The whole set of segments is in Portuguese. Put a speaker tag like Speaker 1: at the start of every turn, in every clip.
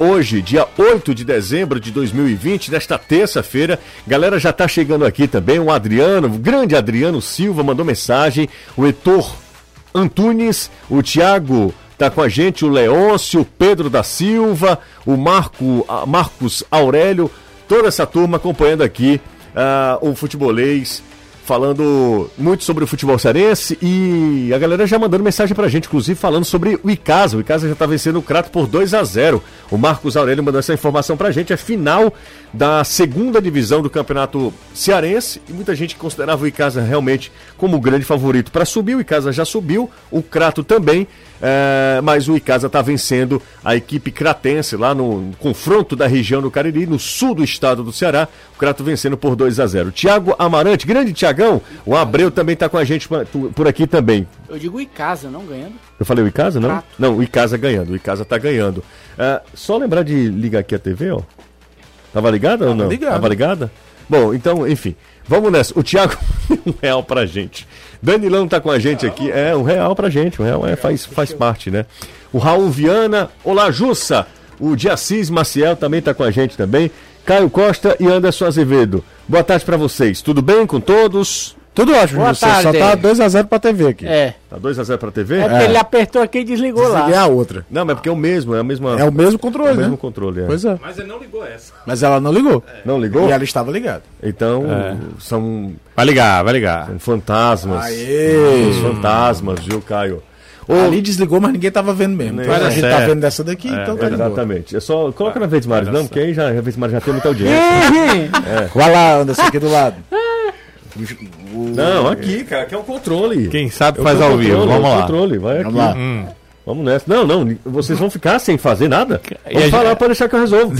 Speaker 1: Hoje, dia 8 de dezembro de 2020, nesta terça-feira, galera já tá chegando aqui também. O Adriano, o grande Adriano Silva, mandou mensagem. O Heitor Antunes, o Tiago tá com a gente, o Leôncio, o Pedro da Silva, o Marco, a- Marcos Aurélio, toda essa turma acompanhando aqui ah, o futebolês. Falando muito sobre o futebol cearense e a galera já mandando mensagem pra gente, inclusive falando sobre o Icasa. O Icasa já tá vencendo o Crato por 2 a 0 O Marcos Aurélio mandou essa informação pra gente. É final da segunda divisão do Campeonato Cearense e muita gente considerava o Icasa realmente como o grande favorito para subir. O Icasa já subiu, o Crato também, eh, mas o Icasa está vencendo a equipe cratense lá no confronto da região do Cariri, no sul do estado do Ceará. O Crato vencendo por 2 a 0 Tiago Amarante, grande Tiagão, o Abreu também está com a gente pa- tu- por aqui também.
Speaker 2: Eu digo em casa, não ganhando.
Speaker 1: Eu falei o Icasa, não?
Speaker 2: Crato.
Speaker 1: Não, o Icasa ganhando, o Icasa tá ganhando. Ah, só lembrar de ligar aqui a TV, ó. Tava ligada ou não?
Speaker 3: ligada.
Speaker 1: Tava ligada? Bom, então, enfim. Vamos nessa. O Thiago, um real pra gente. Danilão tá com a gente aqui. É, um real pra gente. Um real é, faz, faz parte, né? O Raul Viana. Olá, Jussa. O Diacis Maciel também tá com a gente também. Caio Costa e Anderson Azevedo. Boa tarde pra vocês. Tudo bem com todos?
Speaker 3: Tudo ótimo,
Speaker 2: Boa
Speaker 3: José. Só
Speaker 2: tarde.
Speaker 3: tá 2x0 pra TV aqui.
Speaker 2: É.
Speaker 1: Tá 2x0 pra TV?
Speaker 2: É, porque ele apertou aqui e desligou
Speaker 3: Desliguei
Speaker 2: lá.
Speaker 3: a outra.
Speaker 1: Não, mas porque é o mesmo, é a mesma.
Speaker 3: É o mesmo
Speaker 1: É
Speaker 3: controle,
Speaker 1: o mesmo
Speaker 3: né?
Speaker 1: controle, é.
Speaker 3: Pois é.
Speaker 4: Mas ele não ligou essa.
Speaker 3: Mas ela não ligou.
Speaker 1: Não ligou?
Speaker 3: E ela estava ligada.
Speaker 1: Então,
Speaker 4: É.
Speaker 1: são
Speaker 4: Vai ligar, vai ligar.
Speaker 1: fantasmas.
Speaker 3: Aê!
Speaker 1: Os fantasmas, viu, Caio? Ô, é,
Speaker 3: Ali desligou, mas ninguém tava vendo mesmo.
Speaker 1: Nem
Speaker 3: Então, a
Speaker 1: tá
Speaker 3: gente
Speaker 4: certo.
Speaker 3: tá vendo dessa daqui, então tá de boa.
Speaker 1: Exatamente. É só
Speaker 4: Ah,
Speaker 1: coloca na Verde Mares, não, porque aí já a Verde Mares já tem muita audiência.
Speaker 2: É.
Speaker 3: Vai lá, Anderson, aqui do lado.
Speaker 1: não, aqui, cara, aqui é um controle.
Speaker 4: Quem sabe
Speaker 1: Eu
Speaker 4: faz
Speaker 1: tenho
Speaker 4: ao vivo.
Speaker 1: controle,
Speaker 4: Vamos
Speaker 1: eu
Speaker 4: lá.
Speaker 1: Controle, vai
Speaker 3: Vamos
Speaker 1: aqui.
Speaker 3: lá.
Speaker 1: Vamos nessa. Não, não, vocês vão ficar sem fazer nada?
Speaker 4: E
Speaker 1: Vou
Speaker 4: a
Speaker 1: falar
Speaker 4: gente-
Speaker 1: pra deixar que eu resolvo.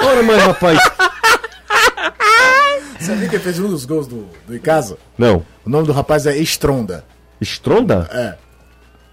Speaker 1: Ora, mas rapaz.
Speaker 3: Sabia quem fez um dos gols do, do Icasa?
Speaker 1: Não.
Speaker 3: O nome do rapaz é Estronda.
Speaker 1: Estronda?
Speaker 3: É.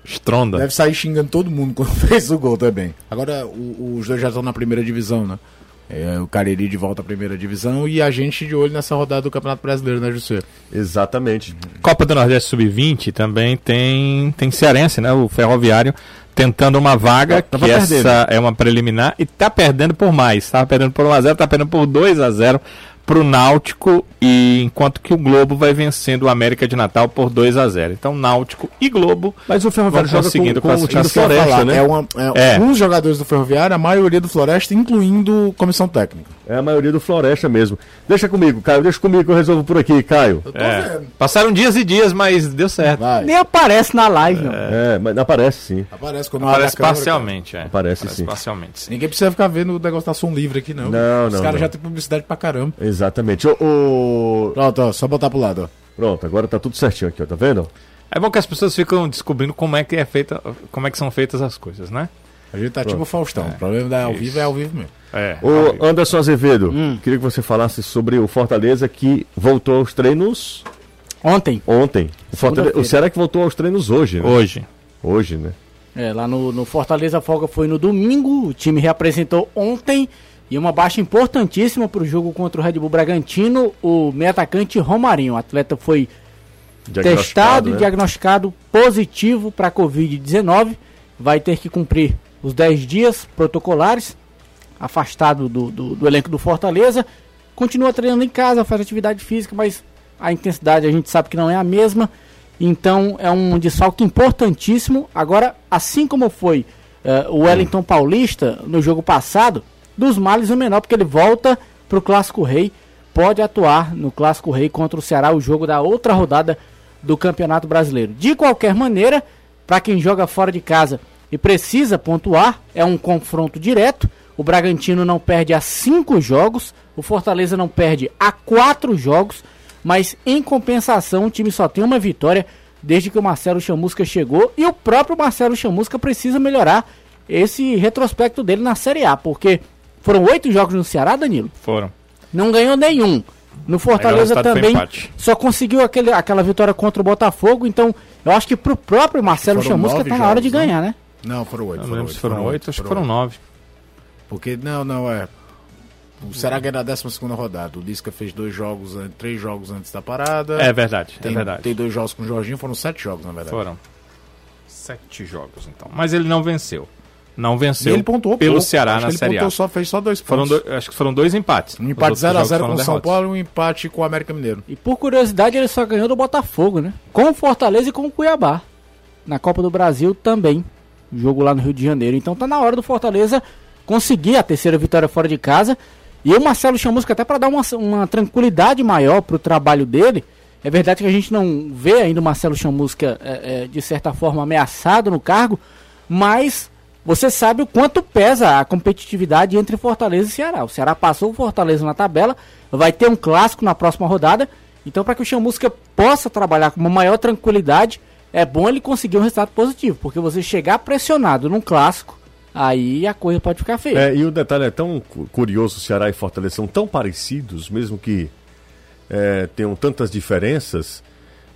Speaker 4: Estronda.
Speaker 3: Deve sair xingando todo mundo quando fez o gol também. Agora, o- os dois já estão na primeira divisão, né? É, o Cariri de volta à primeira divisão e a gente de olho nessa rodada do Campeonato Brasileiro, né, José?
Speaker 1: Exatamente.
Speaker 4: Copa do Nordeste Sub-20 também tem, tem cearense, né? O Ferroviário tentando uma vaga,
Speaker 1: Tá- tava
Speaker 4: que
Speaker 1: perdendo.
Speaker 4: essa é uma preliminar, e tá perdendo por mais. Tava perdendo por 1x0, tá perdendo por 2x0 pro Náutico, e enquanto que o Globo vai vencendo o América de Natal por 2x0. Então Náutico e Globo
Speaker 1: Mas o Ferroviário
Speaker 4: Vamos
Speaker 1: joga
Speaker 4: conseguindo
Speaker 1: com, com o time do
Speaker 4: classificação.
Speaker 1: Floresta, né?
Speaker 3: É uma, é,
Speaker 4: É.
Speaker 3: Alguns jogadores do Ferroviário, a maioria do Floresta, incluindo comissão técnica.
Speaker 1: É a maioria do Floresta mesmo. Deixa comigo, Caio, deixa comigo que eu resolvo por aqui, Caio.
Speaker 3: Eu tô
Speaker 4: É. Passaram dias e dias, mas deu certo.
Speaker 3: Vai.
Speaker 2: Nem aparece na live, não.
Speaker 1: É, mas aparece sim.
Speaker 3: Aparece quando abre a
Speaker 4: Parece
Speaker 3: câmera,
Speaker 4: parcialmente, é.
Speaker 1: Aparece
Speaker 4: Parece
Speaker 1: sim.
Speaker 4: parcialmente,
Speaker 3: cara.
Speaker 4: sim.
Speaker 3: Ninguém precisa ficar vendo o negócio da som livre aqui, não.
Speaker 1: Não,
Speaker 3: Os
Speaker 1: não,
Speaker 3: caras
Speaker 1: não.
Speaker 3: já têm publicidade pra caramba.
Speaker 1: Exatamente. Ô, ô,
Speaker 3: Pronto, ó, só botar pro lado, ó.
Speaker 1: Pronto, agora tá tudo certinho aqui, ó, tá vendo?
Speaker 4: É bom que as pessoas ficam descobrindo como é que é feita, como é que são feitas as coisas, né?
Speaker 3: A gente tá tipo o Faustão. O problema da ao
Speaker 4: Isso.
Speaker 3: vivo é ao vivo mesmo.
Speaker 4: É.
Speaker 1: Ô, Anderson Azevedo,
Speaker 2: Hum.
Speaker 1: queria que você falasse sobre o Fortaleza que voltou aos treinos
Speaker 2: Ontem.
Speaker 1: ontem. O, Fortaleza, o
Speaker 2: Segunda-feira.
Speaker 1: Ceará que voltou aos treinos hoje, né?
Speaker 4: Hoje.
Speaker 1: Hoje, né?
Speaker 2: É, lá no, no Fortaleza a folga foi no domingo. O time reapresentou ontem. E uma baixa importantíssima para o jogo contra o Red Bull Bragantino. O meio atacante Romarinho. O atleta foi testado e
Speaker 1: né?
Speaker 2: diagnosticado positivo para Covid-19. Vai ter que cumprir os 10 dias protocolares, afastado do, do, do elenco do Fortaleza. Continua treinando em casa, faz atividade física, mas a intensidade a gente sabe que não é a mesma. Então é um desfalque importantíssimo. Agora, assim como foi eh, o Wellington Paulista no jogo passado, dos males o menor, porque ele volta para o Clássico Rei, pode atuar no Clássico Rei contra o Ceará, o jogo da outra rodada do Campeonato Brasileiro. De qualquer maneira, para quem joga fora de casa e precisa pontuar, é um confronto direto. O Bragantino não perde a cinco jogos, o Fortaleza não perde a quatro jogos, mas em compensação o time só tem uma vitória desde que o Marcelo Chamusca chegou e o próprio Marcelo Chamusca precisa melhorar esse retrospecto dele na Série A, porque foram oito jogos no Ceará, Danilo,
Speaker 4: Foram.
Speaker 2: não ganhou nenhum. No Fortaleza
Speaker 4: resultado foi
Speaker 2: também
Speaker 4: empate.
Speaker 2: só conseguiu aquele, aquela vitória contra o Botafogo, então eu acho que pro próprio Marcelo
Speaker 3: Foram
Speaker 2: Chamusca
Speaker 3: nove
Speaker 2: tá na hora de
Speaker 3: jogos, né?
Speaker 2: ganhar, né?
Speaker 3: Não, foram oito.
Speaker 4: Eu não lembro se foram oito, acho que foram nove.
Speaker 3: Porque, não, não, é. O Será que é na 12 rodada? O Lisca fez dois jogos, an- três jogos antes da parada.
Speaker 4: É verdade,
Speaker 3: tem,
Speaker 4: é verdade.
Speaker 3: Tem dois jogos com o Jorginho, foram sete jogos, na verdade.
Speaker 4: Foram sete jogos, então. Mas ele não venceu. Não
Speaker 3: E
Speaker 4: venceu
Speaker 3: ele pontuou
Speaker 4: pelo
Speaker 3: pouco.
Speaker 4: Ceará
Speaker 3: Acho
Speaker 4: na
Speaker 3: que ele
Speaker 4: Série A.
Speaker 3: pontuou só, fez só dois
Speaker 4: Foram
Speaker 3: pontos.
Speaker 4: dois- acho que foram dois empates.
Speaker 3: Um
Speaker 4: Os
Speaker 3: empate
Speaker 4: outros jogos
Speaker 3: 0x0 com
Speaker 4: foram
Speaker 3: o São
Speaker 4: derrotas.
Speaker 3: Paulo e um empate com o América Mineiro.
Speaker 2: E por curiosidade, ele só ganhou do Botafogo, né? Com o Fortaleza e com o Cuiabá. Na Copa do Brasil também. Jogo lá no Rio de Janeiro. Então tá na hora do Fortaleza conseguir a terceira vitória fora de casa. E o Marcelo Chamusca, até para dar uma, uma tranquilidade maior pro trabalho dele. É verdade que a gente não vê ainda o Marcelo Chamusca, é, é, de certa forma, ameaçado no cargo. Mas você sabe o quanto pesa a competitividade entre Fortaleza e Ceará. O Ceará passou o Fortaleza na tabela, vai ter um clássico na próxima rodada. Então, para que o Chamusca possa trabalhar com uma maior tranquilidade, é bom ele conseguir um resultado positivo, porque você chegar pressionado num clássico, aí a coisa pode ficar feia.
Speaker 1: É, e o detalhe é tão cu- curioso, Ceará e Fortaleza são tão parecidos, mesmo que é, tenham tantas diferenças,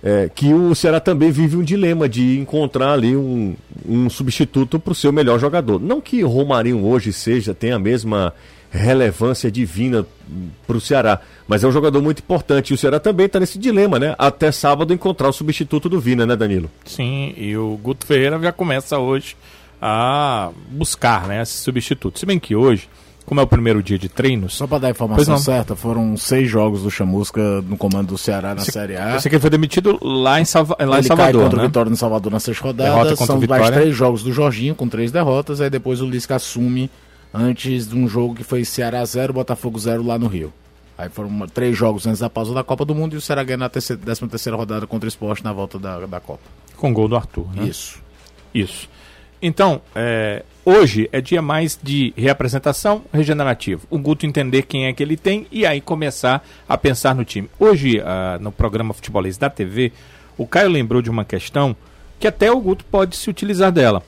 Speaker 1: é, que o Ceará também vive um dilema de encontrar ali um, um substituto para o seu melhor jogador. Não que o Romarinho hoje seja, tenha a mesma relevância divina para o Ceará, mas é um jogador muito importante. E o Ceará também está nesse dilema, né? Até sábado encontrar o substituto do Vina, né, Danilo?
Speaker 4: Sim, e o Guto Ferreira já começa hoje a buscar né, esse substituto. Se bem que hoje, como é o primeiro dia de treinos,
Speaker 3: Só pra dar a
Speaker 4: Pois
Speaker 3: informação
Speaker 4: não.
Speaker 3: certa, foram seis jogos do Chamusca no comando do Ceará na Série A.
Speaker 4: eu sei que ele foi demitido lá em, Salva lá
Speaker 3: É?
Speaker 4: em
Speaker 3: ele cai
Speaker 4: Salvador,
Speaker 3: contra o
Speaker 4: né?
Speaker 3: Vitória no Salvador na sexta rodada.
Speaker 4: Derrota contra
Speaker 3: São
Speaker 4: o
Speaker 3: mais
Speaker 4: Vitória.
Speaker 3: três jogos do Jorginho com três derrotas. Aí depois o Lisca assume antes de um jogo que foi Ceará 0, Botafogo 0 lá no Rio. Aí foram uma- três jogos antes da pausa da Copa do Mundo e o Ceará ganha na terceira, 13 rodada contra o Esporte na volta da, da Copa.
Speaker 4: Com gol do Arthur, né?
Speaker 3: Isso.
Speaker 4: Isso. Então, é, hoje é dia mais de reapresentação regenerativo. O Guto entender quem é que ele tem e aí começar a pensar no time. Hoje, ah, no programa Futebolês da TV, o Caio lembrou de uma questão que até o Guto pode se utilizar dela,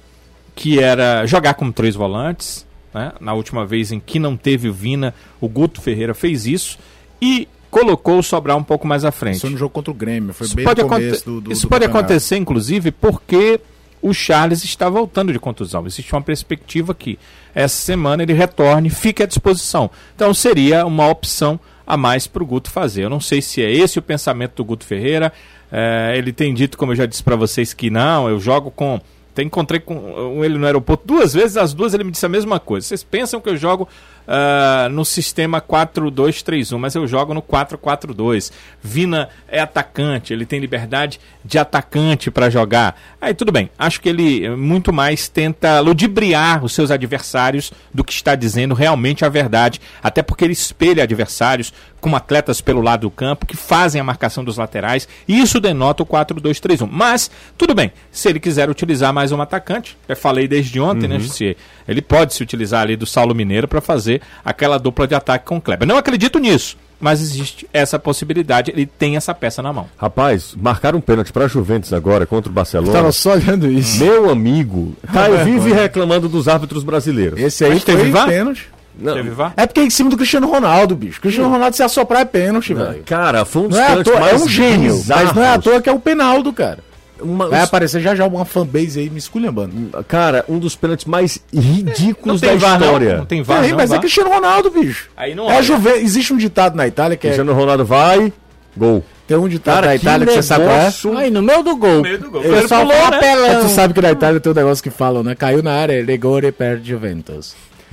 Speaker 4: que era jogar com três volantes. né? Na última vez em que não teve o Vina, o Guto Ferreira fez isso e colocou o Sobral um pouco mais à frente.
Speaker 3: Isso no jogo contra o Grêmio. Foi
Speaker 4: Isso
Speaker 3: bem
Speaker 4: pode,
Speaker 3: no
Speaker 4: aconte-
Speaker 3: começo do, do-
Speaker 4: isso
Speaker 3: do
Speaker 4: pode
Speaker 3: campeonato.
Speaker 4: acontecer, inclusive, porque o Charles está voltando de contusão. Existe uma perspectiva que essa semana ele retorne, fique à disposição. Então seria uma opção a mais para o Guto fazer. Eu não sei se é esse o pensamento do Guto Ferreira. É, ele tem dito, como eu já disse para vocês, que não, eu jogo com. Até encontrei com um, ele no aeroporto duas vezes, as duas ele me disse a mesma coisa. Vocês pensam que eu jogo ah, no sistema 4-2-3-1, mas eu jogo no 4-4-2. Vina é atacante, ele tem liberdade de atacante para jogar. Aí tudo bem, acho que ele eh, muito mais tenta ludibriar os seus adversários do que está dizendo realmente a verdade. Até porque ele espelha adversários com atletas pelo lado do campo que fazem a marcação dos laterais. E isso denota o 4-2-3-1. Mas, tudo bem, se ele quiser utilizar mais um atacante, eu falei desde ontem, né, se ele pode se utilizar ali do Saulo Mineiro para fazer aquela dupla de ataque com o Kleber. Não acredito nisso, mas existe essa possibilidade, ele tem essa peça na mão.
Speaker 1: Rapaz, marcaram um pênalti para Juventus agora contra o Barcelona.
Speaker 3: Tava só olhando isso.
Speaker 1: Meu amigo, Caio vive reclamando dos árbitros brasileiros.
Speaker 3: Esse aí
Speaker 4: Mas teve
Speaker 3: foi
Speaker 4: VAR?
Speaker 3: pênalti.
Speaker 1: Não, ah,
Speaker 4: Teve Vá?
Speaker 3: É porque é em cima do Cristiano Ronaldo, bicho. Cristiano Ronaldo se assoprar é pênalti,
Speaker 1: não,
Speaker 3: velho.
Speaker 1: cara, foi um dos
Speaker 3: Não é à
Speaker 1: pênaltis
Speaker 3: toa, é
Speaker 1: mais
Speaker 3: um gênio. Mas não é à
Speaker 1: bizarros.
Speaker 3: toa É que é o Penaldo, cara.
Speaker 1: Uma-
Speaker 3: Vai aparecer já já uma fanbase aí me esculhambando.
Speaker 1: Cara, um dos pênaltis mais ridículos da
Speaker 4: VAR, não.
Speaker 1: história.
Speaker 4: Não tem VAR,
Speaker 3: Peraí,
Speaker 4: não,
Speaker 3: mas é
Speaker 4: VAR.
Speaker 3: Cristiano Ronaldo, bicho.
Speaker 4: Aí não
Speaker 3: É
Speaker 4: olha.
Speaker 3: Juve... Existe um ditado na Itália que é.
Speaker 1: Cristiano Ronaldo vai, gol.
Speaker 3: Tem um ditado
Speaker 1: Cara,
Speaker 3: na
Speaker 1: que
Speaker 3: Itália que, você sabe qual é?
Speaker 1: negócio.
Speaker 2: Aí, no meio do gol.
Speaker 4: meio do gol.
Speaker 2: O pessoal
Speaker 4: Pulou,
Speaker 2: pulou,
Speaker 4: né?
Speaker 3: É, tu sabe que na Itália tem um negócio que falam, né? Caiu na área, Legore perde Juventus.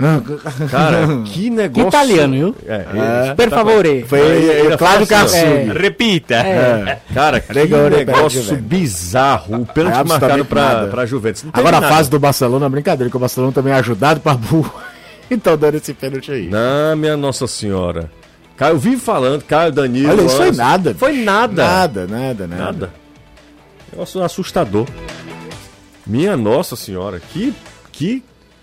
Speaker 1: Cara, que negócio.
Speaker 2: italiano, viu?
Speaker 1: É,
Speaker 2: Per favore.
Speaker 1: Foi ele,
Speaker 3: Cláudio
Speaker 2: assim,
Speaker 3: Kassug.
Speaker 4: Repita.
Speaker 1: é. Cara, que
Speaker 3: Legal, né,
Speaker 1: negócio
Speaker 3: Juventus.
Speaker 1: bizarro. O pênalti
Speaker 3: É
Speaker 1: marcado
Speaker 3: absolutamente
Speaker 1: pra,
Speaker 3: nada.
Speaker 1: pra Juventus. Não teve
Speaker 3: Agora a
Speaker 1: nada.
Speaker 3: fase do Barcelona é brincadeira, que o Barcelona também é ajudado pra burro. então dando esse pênalti aí.
Speaker 1: Não, Ah, minha Nossa Senhora. Caio vive falando, Caio Danilo.
Speaker 3: Olha, isso foi
Speaker 1: Anderson.
Speaker 3: nada.
Speaker 1: Foi
Speaker 3: bicho.
Speaker 1: nada.
Speaker 3: Nada, nada, nada.
Speaker 1: Nada. Negócio assustador. Minha Nossa Senhora, que. que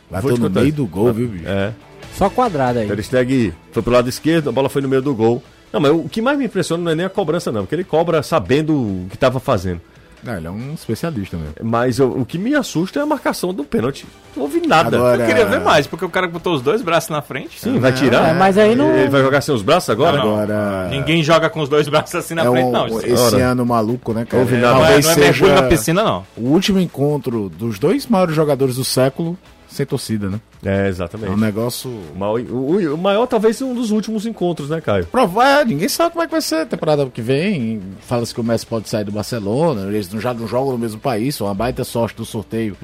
Speaker 3: Bateu
Speaker 1: Vou te
Speaker 3: no
Speaker 1: contar.
Speaker 3: meio do gol, viu, bicho?
Speaker 1: É.
Speaker 2: Só quadrado aí.
Speaker 1: Ter Stegen foi pro lado esquerdo, a bola foi no meio do gol. Não, mas o que mais me impressiona não é nem a cobrança, não, porque ele cobra sabendo o que estava fazendo.
Speaker 3: Não, ele é um especialista mesmo.
Speaker 1: Mas eu- o que me assusta é a marcação do pênalti. Não houve nada.
Speaker 3: Agora-
Speaker 4: Eu queria ver mais, porque o cara botou os dois braços na frente.
Speaker 1: Sim, vai tirar.
Speaker 2: É, mas aí não-
Speaker 1: Ele vai jogar sem os braços agora?
Speaker 4: Não, não.
Speaker 3: Agora.
Speaker 4: Ninguém joga com os dois braços assim na
Speaker 3: é
Speaker 4: frente,
Speaker 3: um-
Speaker 4: não. Isso-
Speaker 3: esse
Speaker 1: Ora.
Speaker 3: ano maluco, né, cara?
Speaker 1: Houve
Speaker 3: É,
Speaker 1: nada.
Speaker 4: Não é,
Speaker 3: Talvez
Speaker 4: não é
Speaker 3: seja
Speaker 4: mergulho na piscina, não.
Speaker 3: o último encontro dos dois maiores jogadores do século sem torcida, né?
Speaker 1: É,
Speaker 3: É um
Speaker 1: exatamente.
Speaker 3: negócio.
Speaker 1: O maior, o- o maior talvez um dos últimos encontros, né, Caio?
Speaker 3: Provar, ninguém sabe como é que vai ser a temporada que vem. Fala-se que o Messi pode sair do Barcelona, eles não- já não jogam no mesmo país, foi uma baita sorte do sorteio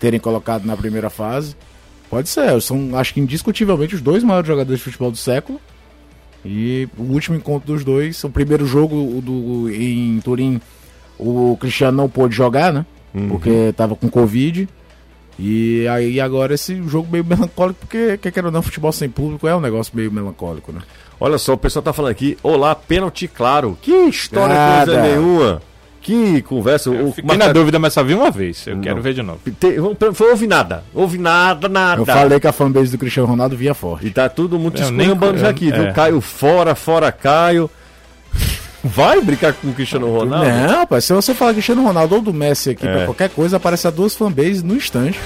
Speaker 3: terem colocado na primeira fase. Pode ser, são, acho que indiscutivelmente, os dois maiores jogadores de futebol do século. E o último encontro dos dois, o primeiro jogo o do, em Turim, o Cristiano não pôde jogar, né? Porque tava com Covid. E aí agora esse jogo meio melancólico, porque quer queira ou não, futebol sem público é um negócio meio melancólico, né?
Speaker 1: Olha só, o pessoal tá falando aqui, olá, pênalti claro. Que história
Speaker 3: Nada.
Speaker 1: coisa nenhuma. Que conversa.
Speaker 4: Eu
Speaker 1: o
Speaker 4: fiquei
Speaker 1: marca-
Speaker 4: na dúvida, mas só vi uma vez. Eu
Speaker 1: Não.
Speaker 4: quero ver de novo.
Speaker 1: Te- Foi houve nada. Houve nada, nada.
Speaker 3: Eu falei que a fanbase do Cristiano Ronaldo vinha forte.
Speaker 1: E tá todo mundo te
Speaker 4: Eu nem-
Speaker 1: esculhambando já aqui, viu?
Speaker 4: é.
Speaker 1: Caio fora, fora Caio. Vai brincar com o
Speaker 3: Tá
Speaker 1: Cristiano Ronaldo?
Speaker 3: Não, rapaz, se você falar Cristiano Ronaldo ou do Messi aqui
Speaker 1: É.
Speaker 3: pra qualquer coisa, aparece a duas fanbases no instante.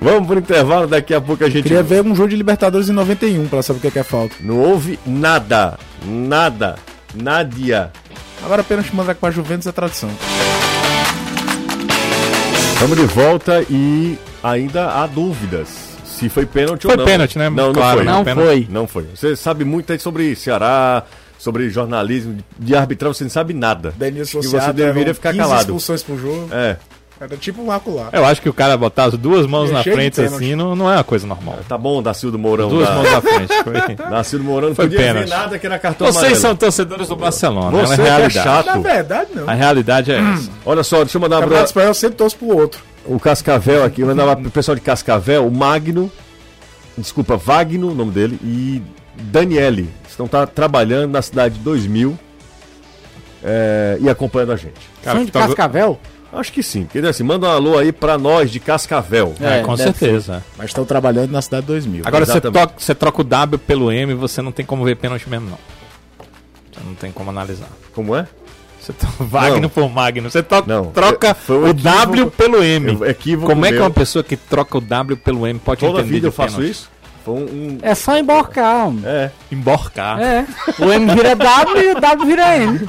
Speaker 1: Vamos pro intervalo, daqui a pouco a gente.
Speaker 3: Queria ver um jogo de Libertadores em 91 pra saber o que é, que é falta.
Speaker 1: Não houve nada. Nada. Nadia.
Speaker 3: Agora pênalti mandar com a Juventus é tradição.
Speaker 1: Estamos de volta e ainda há dúvidas. Se foi pênalti
Speaker 4: Foi
Speaker 1: ou não.
Speaker 4: pênalti, né?
Speaker 1: Não, não
Speaker 4: Claro,
Speaker 1: foi.
Speaker 4: né?
Speaker 2: Não
Speaker 4: Pênalti.
Speaker 2: foi.
Speaker 1: Não foi. Você sabe muito aí sobre Ceará, sobre jornalismo, de- de arbitral, você não sabe nada.
Speaker 3: Denilson
Speaker 1: E você deveria ficar calado.
Speaker 3: expulsões pro jogo.
Speaker 1: É,
Speaker 3: Era tipo um acolá.
Speaker 4: Eu acho que o cara botar as duas mãos
Speaker 3: É
Speaker 4: na
Speaker 3: cheio de
Speaker 4: frente
Speaker 3: pênalti.
Speaker 4: assim não, não é uma coisa normal.
Speaker 1: tá bom, Dacildo Mourão.
Speaker 4: Duas
Speaker 1: da-
Speaker 4: mãos na frente. Foi.
Speaker 1: Dacildo Mourão não
Speaker 4: Foi
Speaker 1: podia ver
Speaker 4: pênalti.
Speaker 1: nada que era cartão
Speaker 4: Vocês
Speaker 1: amarelo.
Speaker 4: são torcedores do Barcelona. é uma
Speaker 1: Você que é
Speaker 4: realidade. é
Speaker 1: chato.
Speaker 3: Na verdade, não.
Speaker 4: A realidade é essa.
Speaker 1: Olha só, deixa eu mandar um
Speaker 3: Campeonato
Speaker 1: abraço.
Speaker 3: Espanhol sempre torce pro outro.
Speaker 1: O Cascavel aqui, mandava pro pessoal de Cascavel, o Magno, desculpa, Vagno, o nome dele, e Daniele. Estão tá trabalhando na cidade 2000 é, e acompanhando a gente.
Speaker 4: Cara,
Speaker 2: São de
Speaker 4: que tá-
Speaker 2: Cascavel?
Speaker 1: Acho que sim. Quer dizer assim, manda um alô aí pra nós de Cascavel. né?
Speaker 4: É,
Speaker 2: É,
Speaker 4: com
Speaker 2: deve
Speaker 4: certeza.
Speaker 3: Mas estão trabalhando na cidade 2000.
Speaker 4: Agora você
Speaker 1: Exatamente.
Speaker 4: toca- você troca o W pelo M, você não tem como ver pênalti mesmo, não. Você não tem como analisar.
Speaker 1: Como é?
Speaker 4: Você to... Wagner por Magno. Você to...
Speaker 1: Não.
Speaker 4: troca
Speaker 1: É, foi um
Speaker 4: o
Speaker 1: equívoco-
Speaker 4: W pelo M.
Speaker 1: Eu- equívoco
Speaker 4: Como é que
Speaker 1: meu.
Speaker 4: uma pessoa que troca o W pelo M pode
Speaker 1: Toda
Speaker 4: entender
Speaker 1: vida
Speaker 4: de
Speaker 1: eu faço
Speaker 4: pênalti?
Speaker 1: isso? Foi um. um-
Speaker 2: É só emborcar, homem.
Speaker 1: É.
Speaker 4: Emborcar.
Speaker 2: É. O M vira W e o W vira M.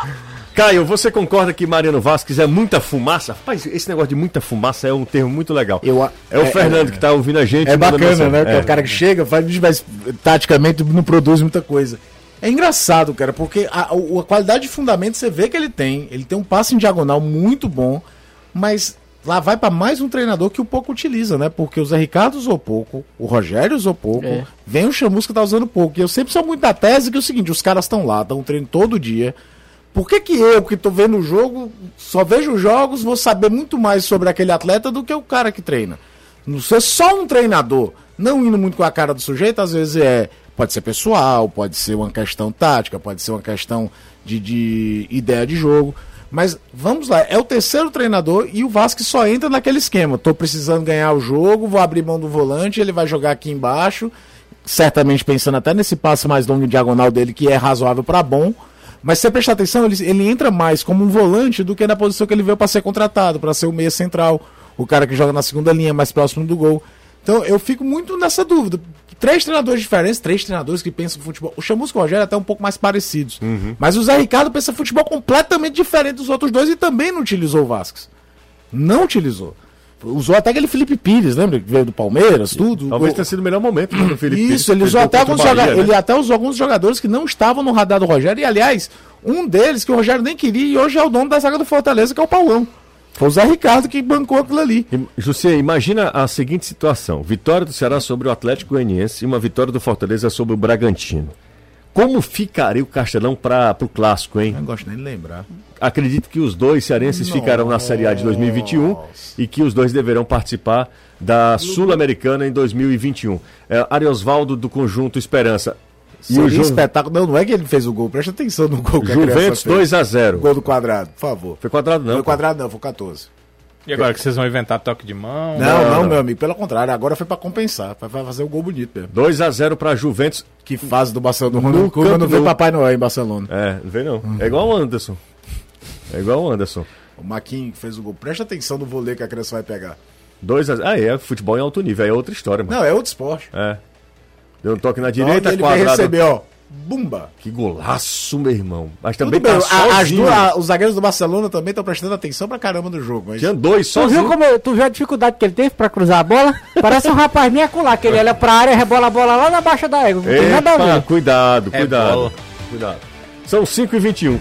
Speaker 1: Caio, você concorda que Mariano Vasquez é muita fumaça? Rapaz, esse negócio de muita fumaça é um termo muito legal.
Speaker 3: Eu, a-
Speaker 1: É o Fernando que tá ouvindo a gente.
Speaker 3: É
Speaker 1: manda
Speaker 3: bacana,
Speaker 1: mensagem.
Speaker 3: né? Que
Speaker 1: É.
Speaker 3: é o cara que chega, faz, "Bicho, mas taticamente não produz muita coisa. É engraçado, cara, porque a, o- a qualidade de fundamento você vê que ele tem. Ele tem um passe em diagonal muito bom, mas lá vai pra mais um treinador que o pouco utiliza, né? Porque o Zé Ricardo usou pouco, o Rogério usou pouco,
Speaker 2: É.
Speaker 3: vem o Chamusca tá usando pouco. E eu sempre sou muito da tese que é o seguinte: os caras estão lá, estão treino todo dia. Por que, que eu, que tô vendo o jogo, só vejo os jogos, vou saber muito mais sobre aquele atleta do que o cara que treina? Não ser só um treinador, não indo muito com a cara do sujeito, às vezes é. Pode ser pessoal, pode ser uma questão tática, pode ser uma questão de, de ideia de jogo. Mas vamos lá, é o terceiro treinador e o Vasco só entra naquele esquema. Tô precisando ganhar o jogo, vou abrir mão do volante, ele vai jogar aqui embaixo certamente pensando até nesse passe mais longo em diagonal dele, que é razoável para bom. Mas se você prestar atenção, ele, ele entra mais como um volante do que na posição que ele veio para ser contratado, para ser o meia central, o cara que joga na segunda linha, mais próximo do gol. Então eu fico muito nessa dúvida. Três treinadores diferentes, três treinadores que pensam futebol. O Chamusco e o Rogério até um pouco mais parecidos.
Speaker 1: Uhum.
Speaker 3: Mas o Zé Ricardo pensa futebol completamente diferente dos outros dois e também não utilizou o Vasco. Não utilizou. Usou até aquele Felipe Pires, lembra? Que veio do Palmeiras, tudo.
Speaker 1: Talvez
Speaker 3: O-
Speaker 1: tenha sido o melhor momento né, do Felipe. Pires,
Speaker 3: isso, ele
Speaker 1: que
Speaker 3: usou,
Speaker 1: perdeu
Speaker 3: até
Speaker 1: contra o
Speaker 3: alguns
Speaker 1: Bahia, né?
Speaker 3: joga- ele até usou alguns jogadores que não estavam no radar do Rogério. E, aliás, um deles que o Rogério nem queria e hoje é o dono da zaga do Fortaleza, que é o Paulão. Foi o Zé Ricardo que bancou aquilo ali.
Speaker 1: Im- José, imagina a seguinte situação: vitória do Ceará sobre o Atlético Goianiense e uma vitória do Fortaleza sobre o Bragantino. Como ficaria o Castelão para o clássico, hein?
Speaker 3: Não gosto nem de lembrar.
Speaker 1: Acredito que os dois cearenses ficarão na Série A de 2021 e que os dois deverão participar da Sul-Americana em 2021. É, Ariosvaldo do conjunto Esperança. E
Speaker 3: Seria
Speaker 1: o Ju-
Speaker 3: espetáculo. Não, não é que ele fez o gol. Presta atenção no gol que a criança
Speaker 1: Juventus
Speaker 3: fez.
Speaker 1: 2 a 0.
Speaker 3: Gol do quadrado, por favor.
Speaker 1: Foi quadrado não.
Speaker 3: Foi quadrado não, foi 14.
Speaker 4: E agora que vocês vão inventar toque de mão?
Speaker 3: Não, não,
Speaker 1: não.
Speaker 3: meu amigo. Pelo contrário, agora foi pra compensar. Foi pra fazer um gol bonito mesmo.
Speaker 1: 2 a 0 para Juventus.
Speaker 3: Que fase do Barcelona. No
Speaker 1: Camp
Speaker 3: quando vê
Speaker 1: Nou.
Speaker 3: Papai Noel em Barcelona.
Speaker 1: É, não vem não. É igual o Anderson. É igual o Anderson.
Speaker 3: O Maquinho que fez o gol. Presta atenção no vôlei que a criança vai pegar.
Speaker 1: 2 a 0. Ah, é, futebol em alto nível, aí é outra história, mano.
Speaker 3: Não, é outro esporte.
Speaker 1: É. Deu um toque na
Speaker 3: Direita
Speaker 1: direita,
Speaker 3: ele vai
Speaker 1: quadrado.
Speaker 3: receber, ó. Bumba.
Speaker 1: Que golaço, meu irmão. Mas
Speaker 3: Tudo
Speaker 1: também
Speaker 3: bem,
Speaker 1: tá
Speaker 3: a- as
Speaker 1: sozinho.
Speaker 3: duas- a- os zagueiros do Barcelona também estão prestando atenção pra caramba no jogo. Mas...
Speaker 1: Tinha dois
Speaker 2: Tu viu,
Speaker 1: sozinho.
Speaker 2: como, tu viu a dificuldade que ele teve pra cruzar a bola? Parece um rapaz meio acolá, que ele olha pra área, rebola a bola lá na baixa da égua. Não tem nada a
Speaker 1: Epa,
Speaker 2: ver.
Speaker 1: cuidado,
Speaker 4: É
Speaker 1: cuidado.
Speaker 4: bola.
Speaker 1: Cuidado. São 5 e 21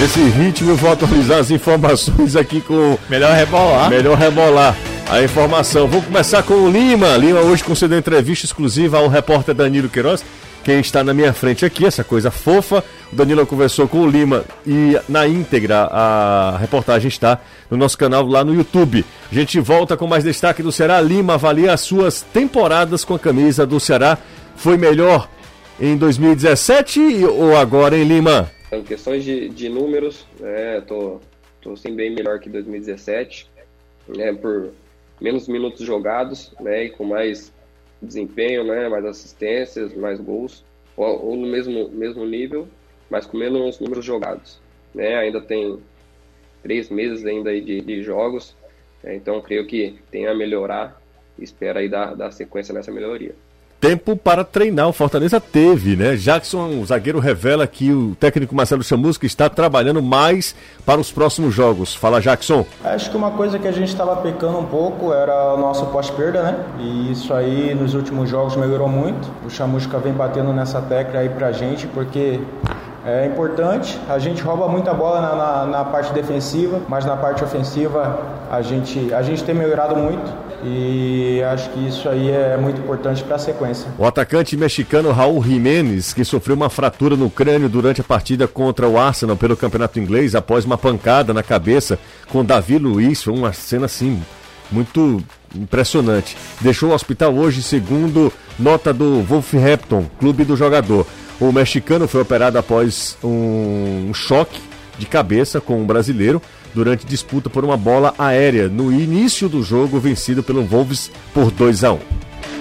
Speaker 1: Nesse ritmo, eu vou atualizar as informações aqui com o
Speaker 4: Melhor é rebolar.
Speaker 1: Melhor Rebolar. a informação. Vamos começar com o Lima. Lima hoje concedeu entrevista exclusiva ao repórter Danilo Queiroz, quem está na minha frente aqui, essa coisa fofa. O Danilo conversou com o Lima e na íntegra a reportagem está no nosso canal lá no YouTube. A gente volta com mais destaque do Ceará. Lima avalia as suas temporadas com a camisa do Ceará. Foi melhor em 2017 ou agora em Lima?
Speaker 5: Em Então, questões de, de números, né, tô, tô sim bem melhor que 2017, né, por menos minutos jogados, né, e com mais desempenho, né, mais assistências, mais gols, ou, ou no mesmo, mesmo nível, mas com menos números jogados, né, ainda tem três meses ainda aí de, de jogos, né, então creio que tem a melhorar, espera aí dar, dar sequência nessa melhoria
Speaker 1: tempo para treinar. O Fortaleza teve, né? Jackson, o zagueiro, revela que o técnico Marcelo Chamusca está trabalhando mais para os próximos jogos. Fala, Jackson.
Speaker 6: Acho que uma coisa que a gente estava pecando um pouco era o nosso pós-perda, né? E isso aí nos últimos jogos melhorou muito. O Chamusca vem batendo nessa tecla aí pra gente, porque é importante. A gente rouba muita bola na, na, na, parte defensiva, mas na parte ofensiva a gente, a gente tem melhorado muito. E acho que isso aí é muito importante para a sequência.
Speaker 1: O atacante mexicano Raul Jiménez, que sofreu uma fratura no crânio durante a partida contra o Arsenal pelo Campeonato Inglês, após uma pancada na cabeça com Davi Luiz, foi uma cena assim muito impressionante. Deixou o hospital hoje, segundo nota do Wolverhampton, clube do jogador. O mexicano foi operado após um choque de cabeça com um brasileiro durante disputa por uma bola aérea no início do jogo, vencido pelo Wolves por 2 a 1.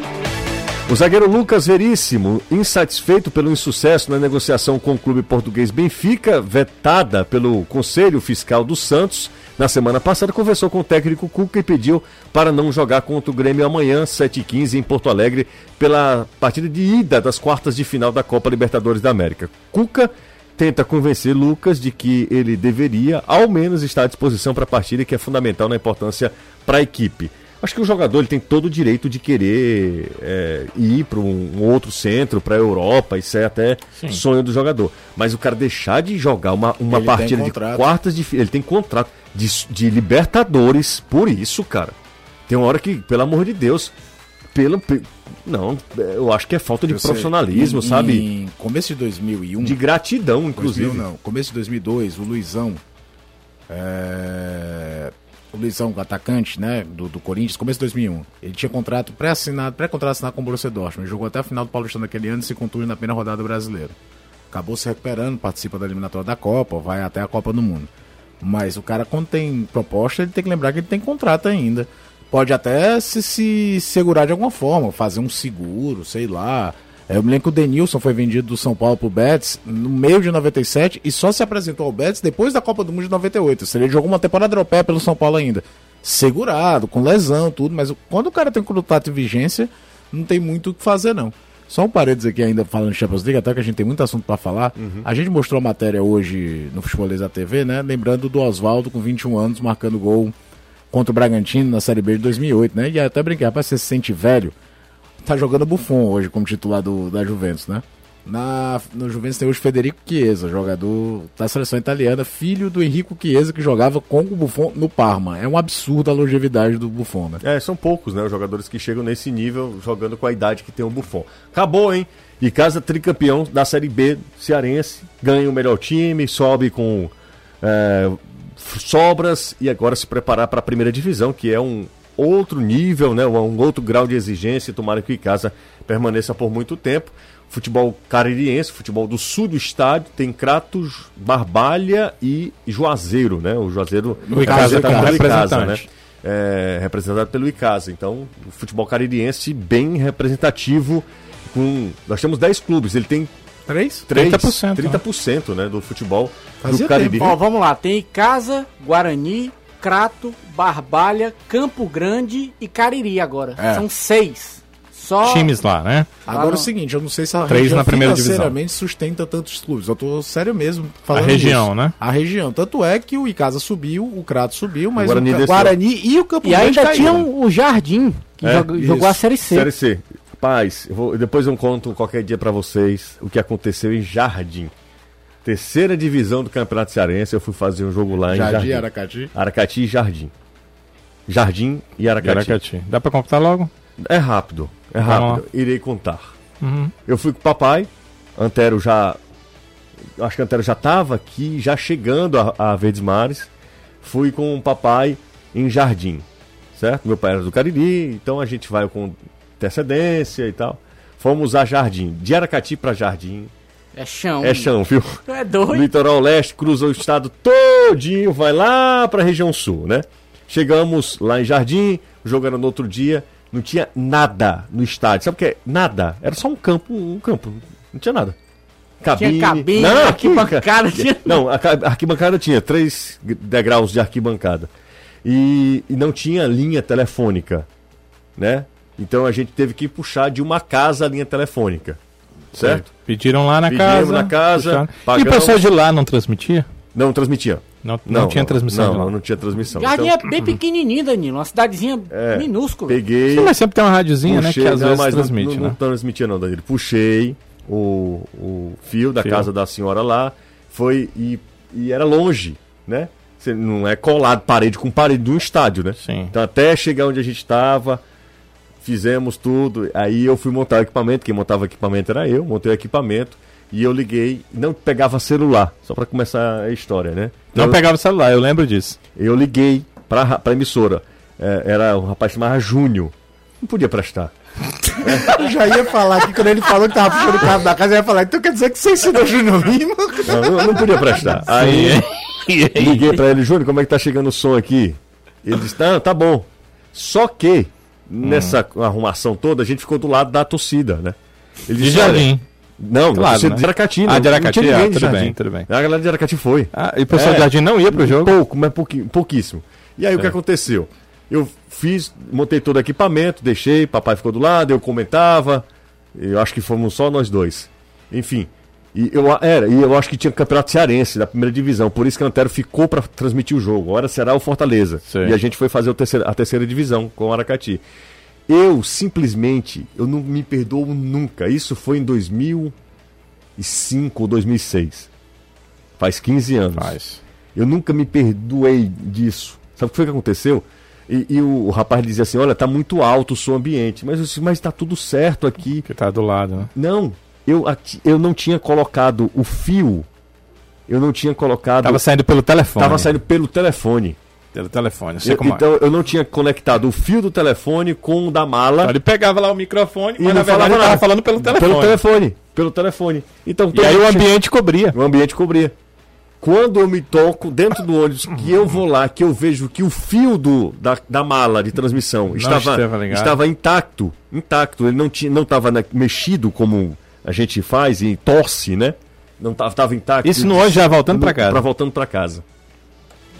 Speaker 1: O zagueiro Lucas Veríssimo, insatisfeito pelo insucesso na negociação com o clube português Benfica, vetada pelo Conselho Fiscal do Santos, na semana passada conversou com o técnico Cuca e pediu para não jogar contra o Grêmio amanhã, 7h15, em Porto Alegre, pela partida de ida das quartas de final da Copa Libertadores da América. Cuca tenta convencer Lucas de que ele deveria, ao menos, estar à disposição para a partida, que é fundamental na importância para a equipe. Acho que o jogador ele tem todo o direito de querer é, ir para um outro centro, para a Europa, isso é até
Speaker 4: Sim.
Speaker 1: sonho do jogador. Mas o cara deixar de jogar uma, uma
Speaker 3: Ele tem
Speaker 1: partida de
Speaker 3: contrato.
Speaker 1: quartas de. fi- Ele tem contrato de, de Libertadores por isso, cara. Tem uma hora que, pelo amor de Deus, pelo. pe- Não, eu acho que é falta de
Speaker 3: Eu sei,
Speaker 1: profissionalismo,
Speaker 3: em-
Speaker 1: sabe?
Speaker 3: Em começo de 2001,
Speaker 1: De gratidão, inclusive.
Speaker 3: 2000 não, começo de 2002, o Luizão, é, o Luizão, o atacante, né, do, do Corinthians, começo de 2001, ele tinha contrato pré-assinado, pré-contrato assinado com o Borussia Dortmund, jogou até a final do Paulistão daquele ano e se contundiu na primeira rodada brasileira. Acabou se recuperando, participa da eliminatória da Copa, vai até a Copa do Mundo. Mas o cara, quando tem proposta, ele tem que lembrar que ele tem contrato ainda. Pode até se, se segurar de alguma forma, fazer um seguro, sei lá. É, Eu me lembro que o Denilson foi vendido do São Paulo pro Betis no meio de 97 e só se apresentou ao Betis depois da Copa do Mundo de 98. Se ele jogou uma temporada europeia pelo São Paulo ainda. Segurado, com lesão, tudo, mas quando o cara tem contrato de vigência, não tem muito o que fazer, não. Só um parênteses aqui ainda falando de Champions League, até que a gente tem muito assunto pra falar. A gente mostrou a matéria hoje no Futeboleza TV, né? Lembrando do Oswaldo com 21 anos marcando gol contra o Bragantino na Série B de 2008, né? E até brincar, rapaz, você se sente velho. Tá jogando Buffon hoje como titular do, da Juventus, né? Na, no Juventus tem hoje Federico Chiesa, jogador da seleção italiana, filho do Henrico Chiesa, que jogava com o Buffon no Parma. É um absurdo a longevidade do Buffon, né?
Speaker 1: É, são poucos, né? Os jogadores que chegam nesse nível jogando com a idade que tem o Buffon. Acabou, hein? E casa tricampeão da Série B cearense, ganha o melhor time, sobe com é, f- sobras e agora se preparar para a primeira divisão, que é um outro nível, né? Um outro grau de exigência. Tomara que o Icasa permaneça por muito tempo. Futebol caririense, futebol do sul do estádio, tem Cratos, Barbalha e Juazeiro, né? O Juazeiro
Speaker 4: O Icasa
Speaker 1: tá
Speaker 4: é como
Speaker 1: pelo Icasa,
Speaker 4: representante.
Speaker 1: né? é, representado pelo Icasa. Então, o futebol caririense bem representativo. Com, nós temos 10 clubes, ele tem
Speaker 4: É
Speaker 3: Três?
Speaker 1: 3, 30%,
Speaker 4: 30%,
Speaker 1: né, do futebol
Speaker 3: Fazia
Speaker 1: do Caribe.
Speaker 2: Ó, vamos lá, tem Casa, Guarani, Crato, Barbalha, Campo Grande e Cariri agora.
Speaker 3: É.
Speaker 2: São seis. Só
Speaker 4: Times lá, né?
Speaker 3: Agora
Speaker 2: Lá
Speaker 3: é o
Speaker 2: no-
Speaker 3: seguinte, eu não sei se a
Speaker 4: Três
Speaker 3: região
Speaker 4: na primeira divisão.
Speaker 3: financeiramente sustenta tantos clubes. Eu tô sério mesmo falando
Speaker 4: A região, né?
Speaker 3: A região. Tanto é que o Icasa subiu, o Crato subiu, mas
Speaker 1: O Guarani
Speaker 3: o Ca-
Speaker 1: desceu.
Speaker 3: Guarani e o Campo
Speaker 2: E ainda
Speaker 3: caíram.
Speaker 2: tinha um- o Jardim, que
Speaker 1: É,
Speaker 2: joga-
Speaker 1: isso.
Speaker 2: jogou a Série C.
Speaker 1: Série C. Rapaz, eu vou- depois eu conto qualquer dia pra vocês o que aconteceu em Jardim. Terceira divisão do Campeonato Cearense, eu fui fazer um jogo lá em
Speaker 3: Jardim,
Speaker 1: Jardim.
Speaker 3: Aracati.
Speaker 1: Aracati e Jardim. Jardim e Aracati.
Speaker 4: Aracati. Dá pra computar logo?
Speaker 1: É rápido, é
Speaker 4: Vamos
Speaker 1: rápido. Irei contar. Eu fui com o papai, Antero já. eu Acho que Antero já estava aqui, já chegando a, a Verdes Mares. Fui com o papai em Jardim, certo? Meu pai era do Cariri, então a gente vai com antecedência e tal. Fomos a Jardim, de Aracati para Jardim.
Speaker 2: É chão.
Speaker 1: É chão, viu?
Speaker 2: Tu é doido.
Speaker 1: Litoral Leste, cruza o estado todinho, vai lá pra região sul, né? Chegamos lá em Jardim, o jogo era no outro dia, não tinha nada no estádio. Sabe o que é? Nada. Era só um campo, um campo. Não tinha nada.
Speaker 2: Tinha cabine,
Speaker 1: não,
Speaker 2: arquibancada, tinha-
Speaker 1: Não, a ca- a arquibancada tinha três degraus de arquibancada. E, e não tinha linha telefônica, né? Então a gente teve que puxar de uma casa a linha telefônica, certo?
Speaker 4: Pediram lá na
Speaker 1: Pedimos
Speaker 4: casa.
Speaker 1: na casa,
Speaker 4: puxaram. E o
Speaker 1: pagamos.
Speaker 4: pessoal de lá não transmitia?
Speaker 1: Não transmitia.
Speaker 4: Não, não, tinha transmissão
Speaker 1: Não,
Speaker 4: então. de lá.
Speaker 1: não, não tinha transmissão.
Speaker 2: Jardim
Speaker 1: Então,
Speaker 2: é bem pequenininho, Danilo. Uma cidadezinha
Speaker 1: É,
Speaker 2: minúscula.
Speaker 1: peguei,
Speaker 4: Sim, mas sempre tem uma radiozinha, né?
Speaker 1: puxei,
Speaker 4: Que às
Speaker 1: não,
Speaker 4: vezes
Speaker 1: mas
Speaker 4: transmite,
Speaker 1: não, não,
Speaker 4: né?
Speaker 1: não transmitia não, Danilo. Puxei o, o fio da
Speaker 4: Fio.
Speaker 1: casa da senhora lá, foi e, e era longe, né? Você não é colado parede com parede de um estádio, né?
Speaker 4: Sim.
Speaker 1: Então até chegar onde a gente estava, fizemos tudo. Aí eu fui montar o equipamento, quem montava o equipamento era eu, montei o equipamento e eu liguei, não pegava celular, só para começar a história, né? Então,
Speaker 4: Não pegava o celular, eu lembro disso.
Speaker 1: Eu liguei pra, ra- pra emissora. É, era um rapaz que chamava Júnior. Não podia prestar.
Speaker 3: Eu já ia falar que quando ele falou que tava puxando o carro da casa, eu ia falar, então quer dizer que você ensinou o Júnior Lima?
Speaker 1: Não, eu É, não podia prestar. Aí liguei pra ele, Júnior, como é que tá chegando o som aqui? Ele disse, não, tá bom. Só que, nessa
Speaker 4: Hum.
Speaker 1: arrumação toda, a gente ficou do lado da torcida, né? Ele
Speaker 4: De
Speaker 1: disse, olha,
Speaker 4: jardim.
Speaker 1: Não,
Speaker 4: Claro,
Speaker 1: claro,
Speaker 4: né?
Speaker 1: de Aracati.
Speaker 4: Ah,
Speaker 1: não-
Speaker 4: de Aracati,
Speaker 1: não tinha ninguém
Speaker 4: ah,
Speaker 1: de
Speaker 4: tudo
Speaker 1: Jardim.
Speaker 4: bem, tudo bem.
Speaker 1: A galera de Aracati foi.
Speaker 4: Ah, e o pessoal
Speaker 1: É.
Speaker 4: de jardim não ia pro jogo? É.
Speaker 1: Pouco, mas pouquinho, pouquíssimo. E aí o que aconteceu? Eu fiz, montei todo o equipamento, deixei, papai ficou do lado, eu comentava. Eu acho que fomos só nós dois. Enfim. E eu, a- era, e eu acho que tinha campeonato cearense da primeira divisão, por isso que o Antero ficou para transmitir o jogo. Agora será o Fortaleza.
Speaker 4: Sim.
Speaker 1: E a gente foi fazer o terceira- a terceira divisão com o Aracati. Eu simplesmente, eu não me perdoo nunca. Isso foi em 2005 ou 2006. Faz 15 anos.
Speaker 4: Mas,
Speaker 1: Eu nunca me perdoei disso. Sabe o que foi que aconteceu? E, e o, o rapaz dizia assim: olha, tá muito alto o som ambiente. Mas eu disse, mas tá tudo certo aqui.
Speaker 4: que tá do lado, né?
Speaker 1: Não, eu, ati- eu não tinha colocado o fio. Eu não tinha colocado.
Speaker 4: Tava saindo pelo telefone.
Speaker 1: tava saindo pelo telefone.
Speaker 4: pelo telefone, eu sei
Speaker 1: Eu-
Speaker 4: como é.
Speaker 1: então eu não tinha conectado o fio do telefone com o da
Speaker 4: é. Então
Speaker 1: mala
Speaker 4: Ele pegava lá o microfone,
Speaker 1: E
Speaker 4: mas
Speaker 1: não
Speaker 4: na verdade
Speaker 1: falava
Speaker 4: ele tava
Speaker 1: nada.
Speaker 4: falando pelo telefone.
Speaker 1: pelo telefone. Pelo telefone. Então,
Speaker 4: E
Speaker 1: todo
Speaker 4: aí o
Speaker 1: mundo tinha-
Speaker 4: ambiente cobria.
Speaker 1: O ambiente cobria. Quando eu me toco dentro do ônibus, que eu vou lá, que eu vejo que o fio do, da, da mala de transmissão estava,
Speaker 4: estava ligado.
Speaker 1: estava intacto, intacto, ele não tinha, não estava mexido como a gente faz e torce, né? Não estava tava intacto.
Speaker 4: Isso no ônibus já voltando pra casa.
Speaker 1: Pra voltando para casa.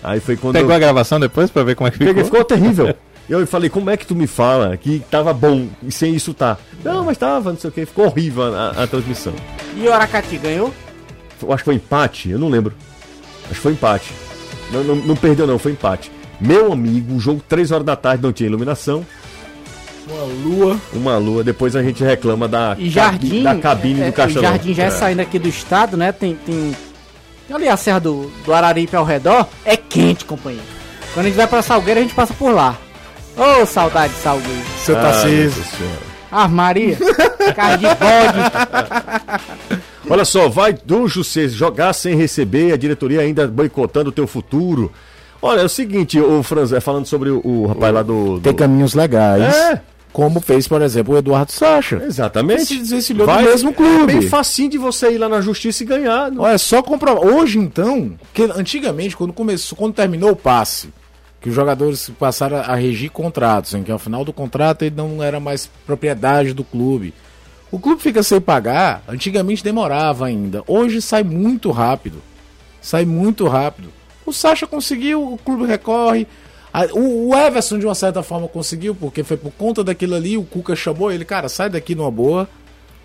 Speaker 1: Aí foi quando
Speaker 4: Pegou
Speaker 1: eu...
Speaker 4: a gravação depois pra ver como é que ficou.
Speaker 1: Peguei, ficou terrível. Eu falei, como é que tu me fala que tava bom e sem isso tá? Não, mas tava, não sei o que, ficou horrível a- a- a transmissão.
Speaker 2: E o Aracati ganhou?
Speaker 1: Eu acho que foi empate, eu não lembro. Acho que foi empate. Não, não- não perdeu, não, foi empate. Meu amigo, o jogo 3 horas da tarde não tinha iluminação. Uma lua. Uma lua, depois a gente reclama da, cabi-
Speaker 2: E Jardim.
Speaker 1: da cabine
Speaker 2: é,
Speaker 1: do caixa.
Speaker 2: O Jardim já é, saindo aqui do estado, né? Tem. tem... tem Ali a serra do, do Araripe ao redor é quente, companheiro. Quando a gente vai pra Salgueiro, a gente passa por lá. Ô, saudade de Salgueiro.
Speaker 3: Seu
Speaker 1: tá Ah,
Speaker 4: Ah,
Speaker 3: Tarcísio.
Speaker 2: Armaria, carro de bode.
Speaker 1: Olha só, vai do Jussê jogar sem receber, a diretoria ainda boicotando o teu futuro. Olha, é o seguinte, o Franz, é falando sobre o, o rapaz lá do.
Speaker 3: Tem
Speaker 1: do...
Speaker 3: caminhos legais.
Speaker 1: É.
Speaker 3: Como fez, por exemplo, o Eduardo Sacha.
Speaker 1: Exatamente.
Speaker 3: Ele se desvencilhou do mesmo clube.
Speaker 1: É bem facinho de você ir lá na justiça e ganhar. Não
Speaker 3: Olha, é só comprovar. Hoje, então, que antigamente, quando começou, quando terminou o passe, que os jogadores passaram a regir contratos, em que ao final do contrato ele não era mais propriedade do clube. O clube fica sem pagar, antigamente demorava ainda. Hoje sai muito rápido. Sai muito rápido. O Sacha conseguiu, o clube recorre. A- o, o Everson, de uma certa forma, conseguiu, porque foi por conta daquilo ali, o Cuca chamou ele, cara, sai daqui numa boa.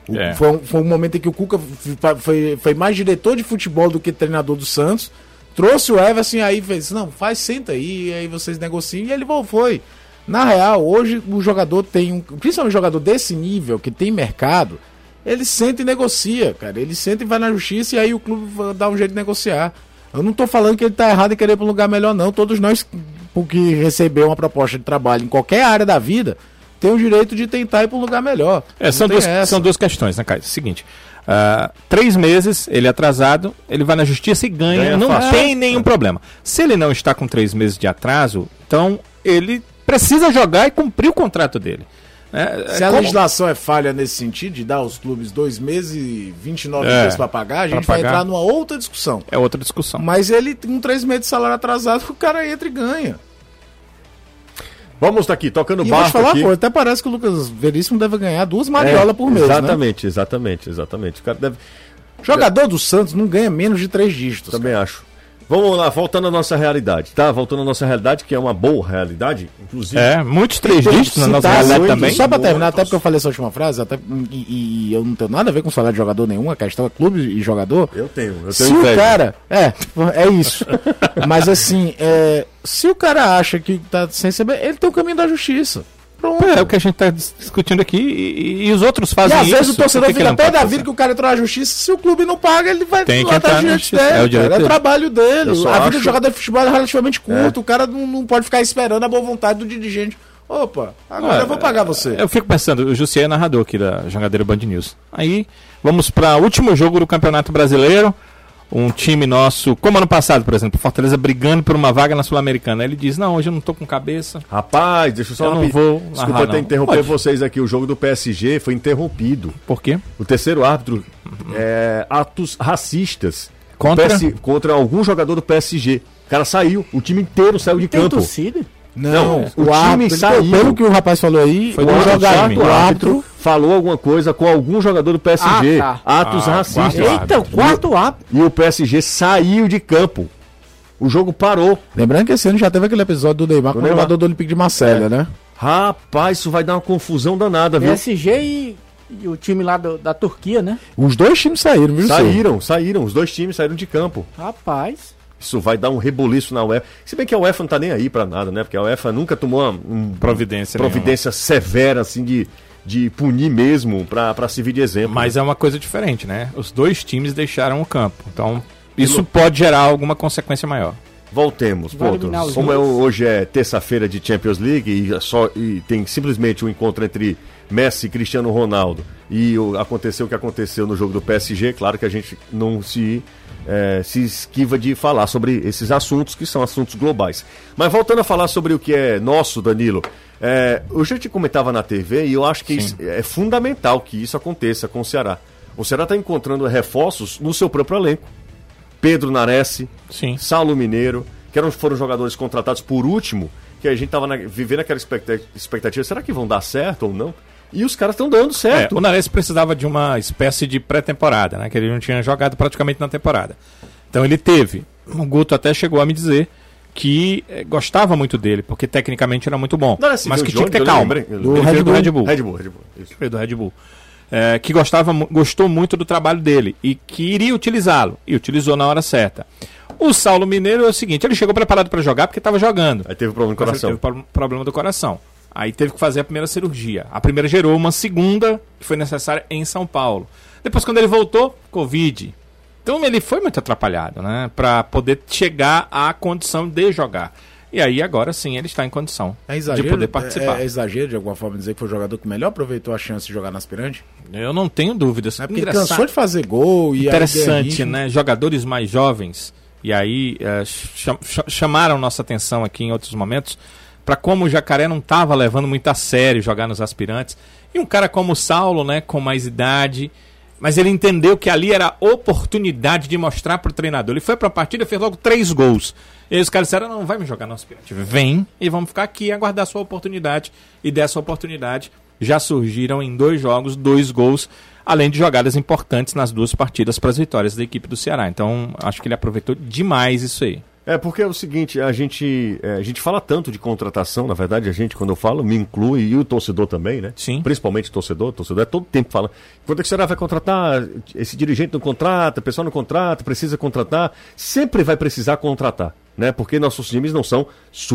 Speaker 3: O-
Speaker 4: É.
Speaker 3: Foi, um- foi um momento em que o Cuca f- fa- foi, foi mais diretor de futebol do que treinador do Santos. Trouxe o Everson aí fez, não, faz, senta aí, e aí vocês negociam, e ele vo- foi. Na real, hoje o jogador tem um. Principalmente um jogador desse nível, que tem mercado, ele senta e negocia, cara. Ele senta e vai na justiça e aí o clube va- dá um jeito de negociar. Eu não tô falando que ele tá errado em querer ir pra um lugar melhor, não. Todos nós grupo que recebeu uma proposta de trabalho em qualquer área da vida tem o direito de tentar ir para um lugar melhor.
Speaker 4: É, são,
Speaker 3: Não tem
Speaker 4: duas,
Speaker 3: essa.
Speaker 4: são duas questões, né, Caio? Seguinte. ah, três meses, ele é atrasado, ele vai na justiça e ganha.
Speaker 1: Ganha
Speaker 4: não
Speaker 1: fácil. É.
Speaker 4: tem nenhum problema. Se ele não está com três meses de atraso, então ele precisa jogar e cumprir o contrato dele. né?
Speaker 3: Se a
Speaker 4: Como-
Speaker 3: legislação é falha nesse sentido, de dar aos clubes dois meses e 29
Speaker 4: É,
Speaker 3: dias para pagar, a gente
Speaker 4: pra
Speaker 3: vai
Speaker 4: pagar.
Speaker 3: entrar numa outra discussão.
Speaker 4: É outra discussão.
Speaker 3: Mas ele, com três meses de salário atrasado, o cara entra e ganha.
Speaker 1: Vamos daqui, tocando
Speaker 3: E eu vou te
Speaker 1: barco
Speaker 3: falar uma
Speaker 1: aqui.
Speaker 3: coisa, até parece que o Lucas Veríssimo deve ganhar duas
Speaker 1: É,
Speaker 3: mariolas por mês, né?
Speaker 1: Exatamente, exatamente, exatamente. O cara deve...
Speaker 3: Jogador do Santos não ganha menos de três dígitos.
Speaker 1: Também acho. Vamos lá, voltando à nossa realidade, tá? Voltando à nossa realidade, que é uma boa realidade, inclusive.
Speaker 4: É, muitos três dígitos na nossa
Speaker 3: Citar
Speaker 4: realidade
Speaker 3: muito,
Speaker 4: também.
Speaker 3: Só pra terminar,
Speaker 1: Muitos.
Speaker 3: até porque eu falei essa última frase, até, e, e- e eu não tenho nada a ver com salário de jogador nenhum, a questão é clube e jogador.
Speaker 1: Eu tenho, eu tenho
Speaker 3: Se o
Speaker 1: inveja.
Speaker 3: cara. É, é isso. Mas assim, é, se o cara acha que tá sem saber, ele tem o caminho da justiça. Pronto.
Speaker 4: É o que a gente tá dis- discutindo aqui e, e- e os outros
Speaker 3: e
Speaker 4: fazem
Speaker 3: às
Speaker 4: isso.
Speaker 3: vezes o torcedor
Speaker 4: Por que que
Speaker 3: fica
Speaker 4: não
Speaker 3: pé
Speaker 4: pode
Speaker 3: da
Speaker 4: fazer?
Speaker 3: vida que o cara entrou na justiça. Se o clube não paga, ele vai
Speaker 4: Tem que
Speaker 3: lá tá
Speaker 4: entrar na
Speaker 3: diante
Speaker 4: justiça, é o direito
Speaker 3: cara, é o
Speaker 4: dele.
Speaker 3: trabalho dele.
Speaker 1: Eu só
Speaker 3: A vida
Speaker 1: acho-
Speaker 3: do jogador de futebol é relativamente curta. O cara não, não pode ficar esperando a boa vontade do dirigente. Opa, agora
Speaker 4: Ah,
Speaker 3: eu vou pagar você.
Speaker 4: Eu fico pensando, o Jussier é narrador aqui da Jangadeira Band News. Aí, vamos para o último jogo do Campeonato Brasileiro. Um time nosso, como ano passado, por exemplo, Fortaleza brigando por uma vaga na Sul-Americana. Ele diz: Não, hoje eu não tô com cabeça.
Speaker 1: Rapaz, deixa eu só
Speaker 4: Eu não
Speaker 1: rapid-
Speaker 4: vou
Speaker 1: Desculpa
Speaker 4: narrar,
Speaker 1: até
Speaker 4: não.
Speaker 1: interromper
Speaker 4: Pode.
Speaker 1: vocês aqui. O jogo do PSG foi interrompido.
Speaker 4: Por quê?
Speaker 1: O terceiro árbitro, é, atos racistas
Speaker 4: Uhum. Contra?
Speaker 1: PS contra algum jogador do PSG. O cara saiu, o time inteiro saiu de
Speaker 2: Tem
Speaker 1: campo.
Speaker 2: torcida?
Speaker 1: Não, o, time
Speaker 3: árbitro,
Speaker 1: saiu.
Speaker 3: pelo que o rapaz falou aí,
Speaker 4: Foi
Speaker 3: o
Speaker 4: do outro
Speaker 3: jogador,
Speaker 4: time.
Speaker 1: O
Speaker 3: o
Speaker 1: árbitro
Speaker 3: árbitro,
Speaker 1: falou alguma coisa com algum jogador do PSG.
Speaker 2: Ah,
Speaker 1: Atos
Speaker 4: Ah,
Speaker 1: racistas.
Speaker 4: quarto
Speaker 2: Eita, o quarto árbitro.
Speaker 1: E o PSG saiu de campo. O jogo parou.
Speaker 3: lembrando que esse ano já teve aquele episódio do Neymar com o
Speaker 1: Neymar.
Speaker 3: jogador do Olympique de
Speaker 4: É.
Speaker 3: Marselha, né?
Speaker 1: Rapaz, isso vai dar uma confusão danada, viu?
Speaker 2: PSG e, e o time lá do- da Turquia, né?
Speaker 3: Os dois times saíram, viu? Senhor?
Speaker 1: Saíram, saíram. Os dois times saíram de campo.
Speaker 2: Rapaz.
Speaker 1: Isso vai dar um rebuliço na UEFA. Se bem que a UEFA não tá nem aí pra nada, né? Porque a UEFA nunca tomou uma um-
Speaker 4: Providência.
Speaker 1: providência severa, assim, de, de punir mesmo pra, pra servir de exemplo.
Speaker 4: Mas é uma coisa diferente, né? Os dois times deixaram o campo. Então, isso pode gerar alguma consequência maior.
Speaker 1: Voltemos,
Speaker 2: Vale
Speaker 1: ponto.
Speaker 2: eliminar os
Speaker 1: Como é,
Speaker 2: dois.
Speaker 1: hoje é terça-feira de Champions League e, é só, e tem simplesmente um encontro entre Messi e Cristiano Ronaldo e o- aconteceu o que aconteceu no jogo do PSG, claro que a gente não se, eh, se esquiva de falar sobre esses assuntos, que são assuntos globais. Mas voltando a falar sobre o que é nosso, Danilo, eh, eu já te comentava na TV e eu acho que isso- é fundamental que isso aconteça com o Ceará. O Ceará está encontrando reforços no seu próprio elenco. Pedro Nares,
Speaker 4: Sim.
Speaker 1: Saulo Mineiro, que eram, foram jogadores contratados por último, que a gente tava na- vivendo aquela expecta- expectativa, será que vão dar certo ou não? E os caras estão dando
Speaker 4: É,
Speaker 1: certo.
Speaker 4: o Nares precisava de uma espécie de pré-temporada, né? Que ele não tinha jogado praticamente na temporada. Então ele teve. O Guto até chegou a me dizer que eh, gostava muito dele, porque tecnicamente era muito bom.
Speaker 1: Nares se
Speaker 4: mas
Speaker 1: é assim, viu
Speaker 4: que
Speaker 1: de
Speaker 4: tinha que
Speaker 1: onde?
Speaker 4: ter
Speaker 1: Eu
Speaker 4: calma.
Speaker 1: lembrei- eu
Speaker 4: Ele
Speaker 1: lembrei.
Speaker 4: veio do Red Bull.
Speaker 1: Red Bull, Red Bull. Isso.
Speaker 4: Veio do Red Bull. Eh, que gostava, mu- gostou muito do trabalho dele e que iria utilizá-lo. E utilizou na hora certa. O Saulo Mineiro é o seguinte: ele chegou preparado para jogar porque estava jogando.
Speaker 1: Aí teve um problema no
Speaker 4: Mas
Speaker 1: coração.
Speaker 4: ele teve pro- problema do coração. Aí teve que fazer a primeira cirurgia. A primeira gerou uma segunda, que foi necessária em São Paulo. Depois, quando ele voltou, Covid. Então ele foi muito atrapalhado, né? Pra poder chegar à condição de jogar. E aí agora sim ele está em condição
Speaker 3: É
Speaker 4: de
Speaker 3: exagero,
Speaker 4: poder participar.
Speaker 3: É, é exagero de alguma forma dizer que foi o jogador que melhor aproveitou a chance de jogar na aspirante.
Speaker 4: Eu não tenho dúvidas.
Speaker 3: É porque
Speaker 4: Engraçado.
Speaker 3: cansou de fazer gol e aí é ganha
Speaker 4: interessante,
Speaker 3: ritmo.
Speaker 4: né? Jogadores mais jovens. E aí eh, cha- cha- chamaram nossa atenção aqui em outros momentos para como o Jacaré não estava levando muito a sério jogar nos aspirantes. E um cara como o Saulo, né, com mais idade, mas ele entendeu que ali era a oportunidade de mostrar pro treinador. Ele foi pra partida e fez logo três gols. E aí os caras disseram, não, vai me jogar no aspirante. Vem e vamos ficar aqui e aguardar a sua oportunidade. E dessa oportunidade já surgiram em dois jogos, dois gols, além de jogadas importantes nas duas partidas para as vitórias da equipe do Ceará. Então, acho que ele aproveitou demais isso aí.
Speaker 1: É, porque é o seguinte, a gente, é, a gente fala tanto de contratação, na verdade, a gente, quando eu falo, me inclui e o torcedor também, né?
Speaker 4: Sim.
Speaker 1: Principalmente o torcedor, o torcedor é todo tempo falando. Quando é que será vai contratar? Esse dirigente não contrata, o pessoal não contrata, precisa contratar. Sempre vai precisar contratar. né? Porque nossos times não são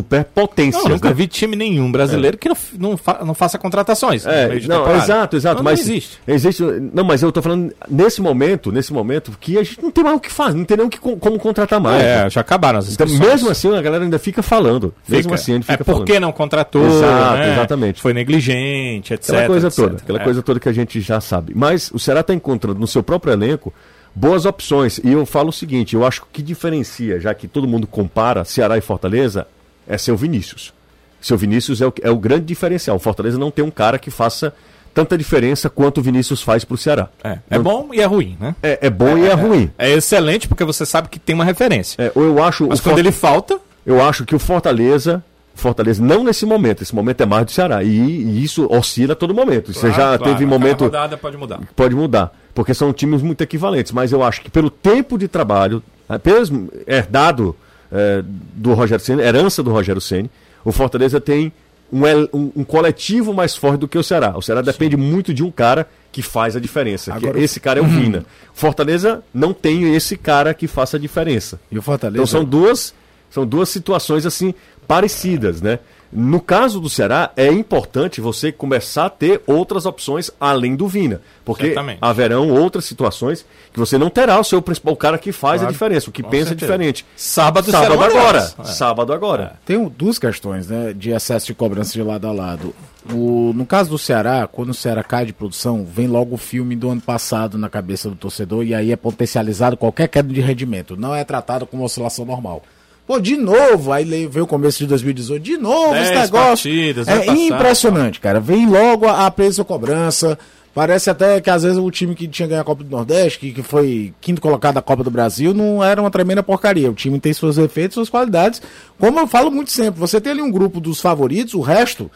Speaker 1: superpotências.
Speaker 4: Não, nunca
Speaker 1: né?
Speaker 4: vi time nenhum brasileiro que não, f- não, fa- não faça contratações. no
Speaker 1: É,
Speaker 4: meio de
Speaker 1: não,
Speaker 4: temporada.
Speaker 1: exato, exato.
Speaker 4: Não,
Speaker 1: mas
Speaker 4: não existe.
Speaker 1: existe. Não, mas eu tô falando nesse momento, nesse momento, que a gente não tem mais o que fazer, não tem nem o que, co- como contratar mais.
Speaker 4: É, já acabaram as
Speaker 1: Ah, Então,
Speaker 4: inscrições.
Speaker 1: mesmo assim, a galera ainda fica falando. Mesmo assim, ainda fica
Speaker 4: é porque
Speaker 1: falando.
Speaker 4: não contratou,
Speaker 1: Exato,
Speaker 4: né?
Speaker 1: exatamente.
Speaker 4: Foi negligente, etc.
Speaker 1: Aquela coisa
Speaker 4: etc.
Speaker 1: toda, aquela
Speaker 4: É.
Speaker 1: coisa toda que a gente já sabe. Mas o Ceará está encontrando no seu próprio elenco boas opções. E eu falo o seguinte, eu acho que diferencia, já que todo mundo compara Ceará e Fortaleza, é seu Vinícius. Seu Vinícius é o, é o grande diferencial. O Fortaleza não tem um cara que faça tanta diferença quanto o Vinícius faz para o Ceará.
Speaker 4: É, é bom e é ruim, né?
Speaker 1: É, é bom e é, ruim.
Speaker 4: É excelente porque você sabe que tem uma referência.
Speaker 1: É, ou eu acho
Speaker 4: Mas
Speaker 1: o
Speaker 4: quando
Speaker 1: Fortaleza-
Speaker 4: ele falta,
Speaker 1: Eu acho que o Fortaleza. Fortaleza, não nesse momento, esse momento é mais do Ceará. E, e isso oscila a todo momento. Você já
Speaker 4: Ah, claro,
Speaker 1: teve
Speaker 4: a
Speaker 1: momento.
Speaker 4: cada rodada pode mudar.
Speaker 1: Pode mudar. Porque são times muito equivalentes. Mas eu acho que pelo tempo de trabalho, apenas herdado eh, do Rogério Ceni, herança do Rogério Ceni, o Fortaleza tem um, el- um- um coletivo mais forte do que o Ceará. O Ceará depende muito de um cara que faz a diferença. que
Speaker 3: Agora-
Speaker 1: esse cara é o Vina. Fortaleza não tem esse cara que faça a diferença.
Speaker 3: E o Fortaleza.
Speaker 1: Então são duas, são duas situações assim parecidas, né? No caso do Ceará, é importante você começar a ter outras opções além do Vina, porque
Speaker 4: Certamente.
Speaker 1: haverão outras situações que você não terá o seu principal, o cara que faz a diferença, o que
Speaker 4: com
Speaker 1: pensa
Speaker 4: certeza.
Speaker 1: diferente.
Speaker 4: sábado,
Speaker 1: Sábado
Speaker 4: será uma
Speaker 1: agora,
Speaker 4: delas. É.
Speaker 1: sábado agora.
Speaker 3: Tem um- duas questões, né? De excesso de cobrança de lado a lado. O, no caso do Ceará, quando o Ceará cai de produção, vem logo o filme do ano passado na cabeça do torcedor e aí é potencializado qualquer queda de rendimento. Não é tratado como oscilação normal. Pô, de novo, aí le- veio o começo de 2018, de novo
Speaker 4: Dez
Speaker 3: esse negócio.
Speaker 4: partidas, vai
Speaker 3: é
Speaker 4: passar.
Speaker 3: impressionante, cara. Vem logo a, a preço cobrança. Parece até que às vezes o time que tinha ganho a Copa do Nordeste, que, que foi quinto colocado da Copa do Brasil, não era uma tremenda porcaria. O time tem seus efeitos, suas qualidades. Como eu falo muito sempre, você tem ali um grupo dos favoritos, o resto,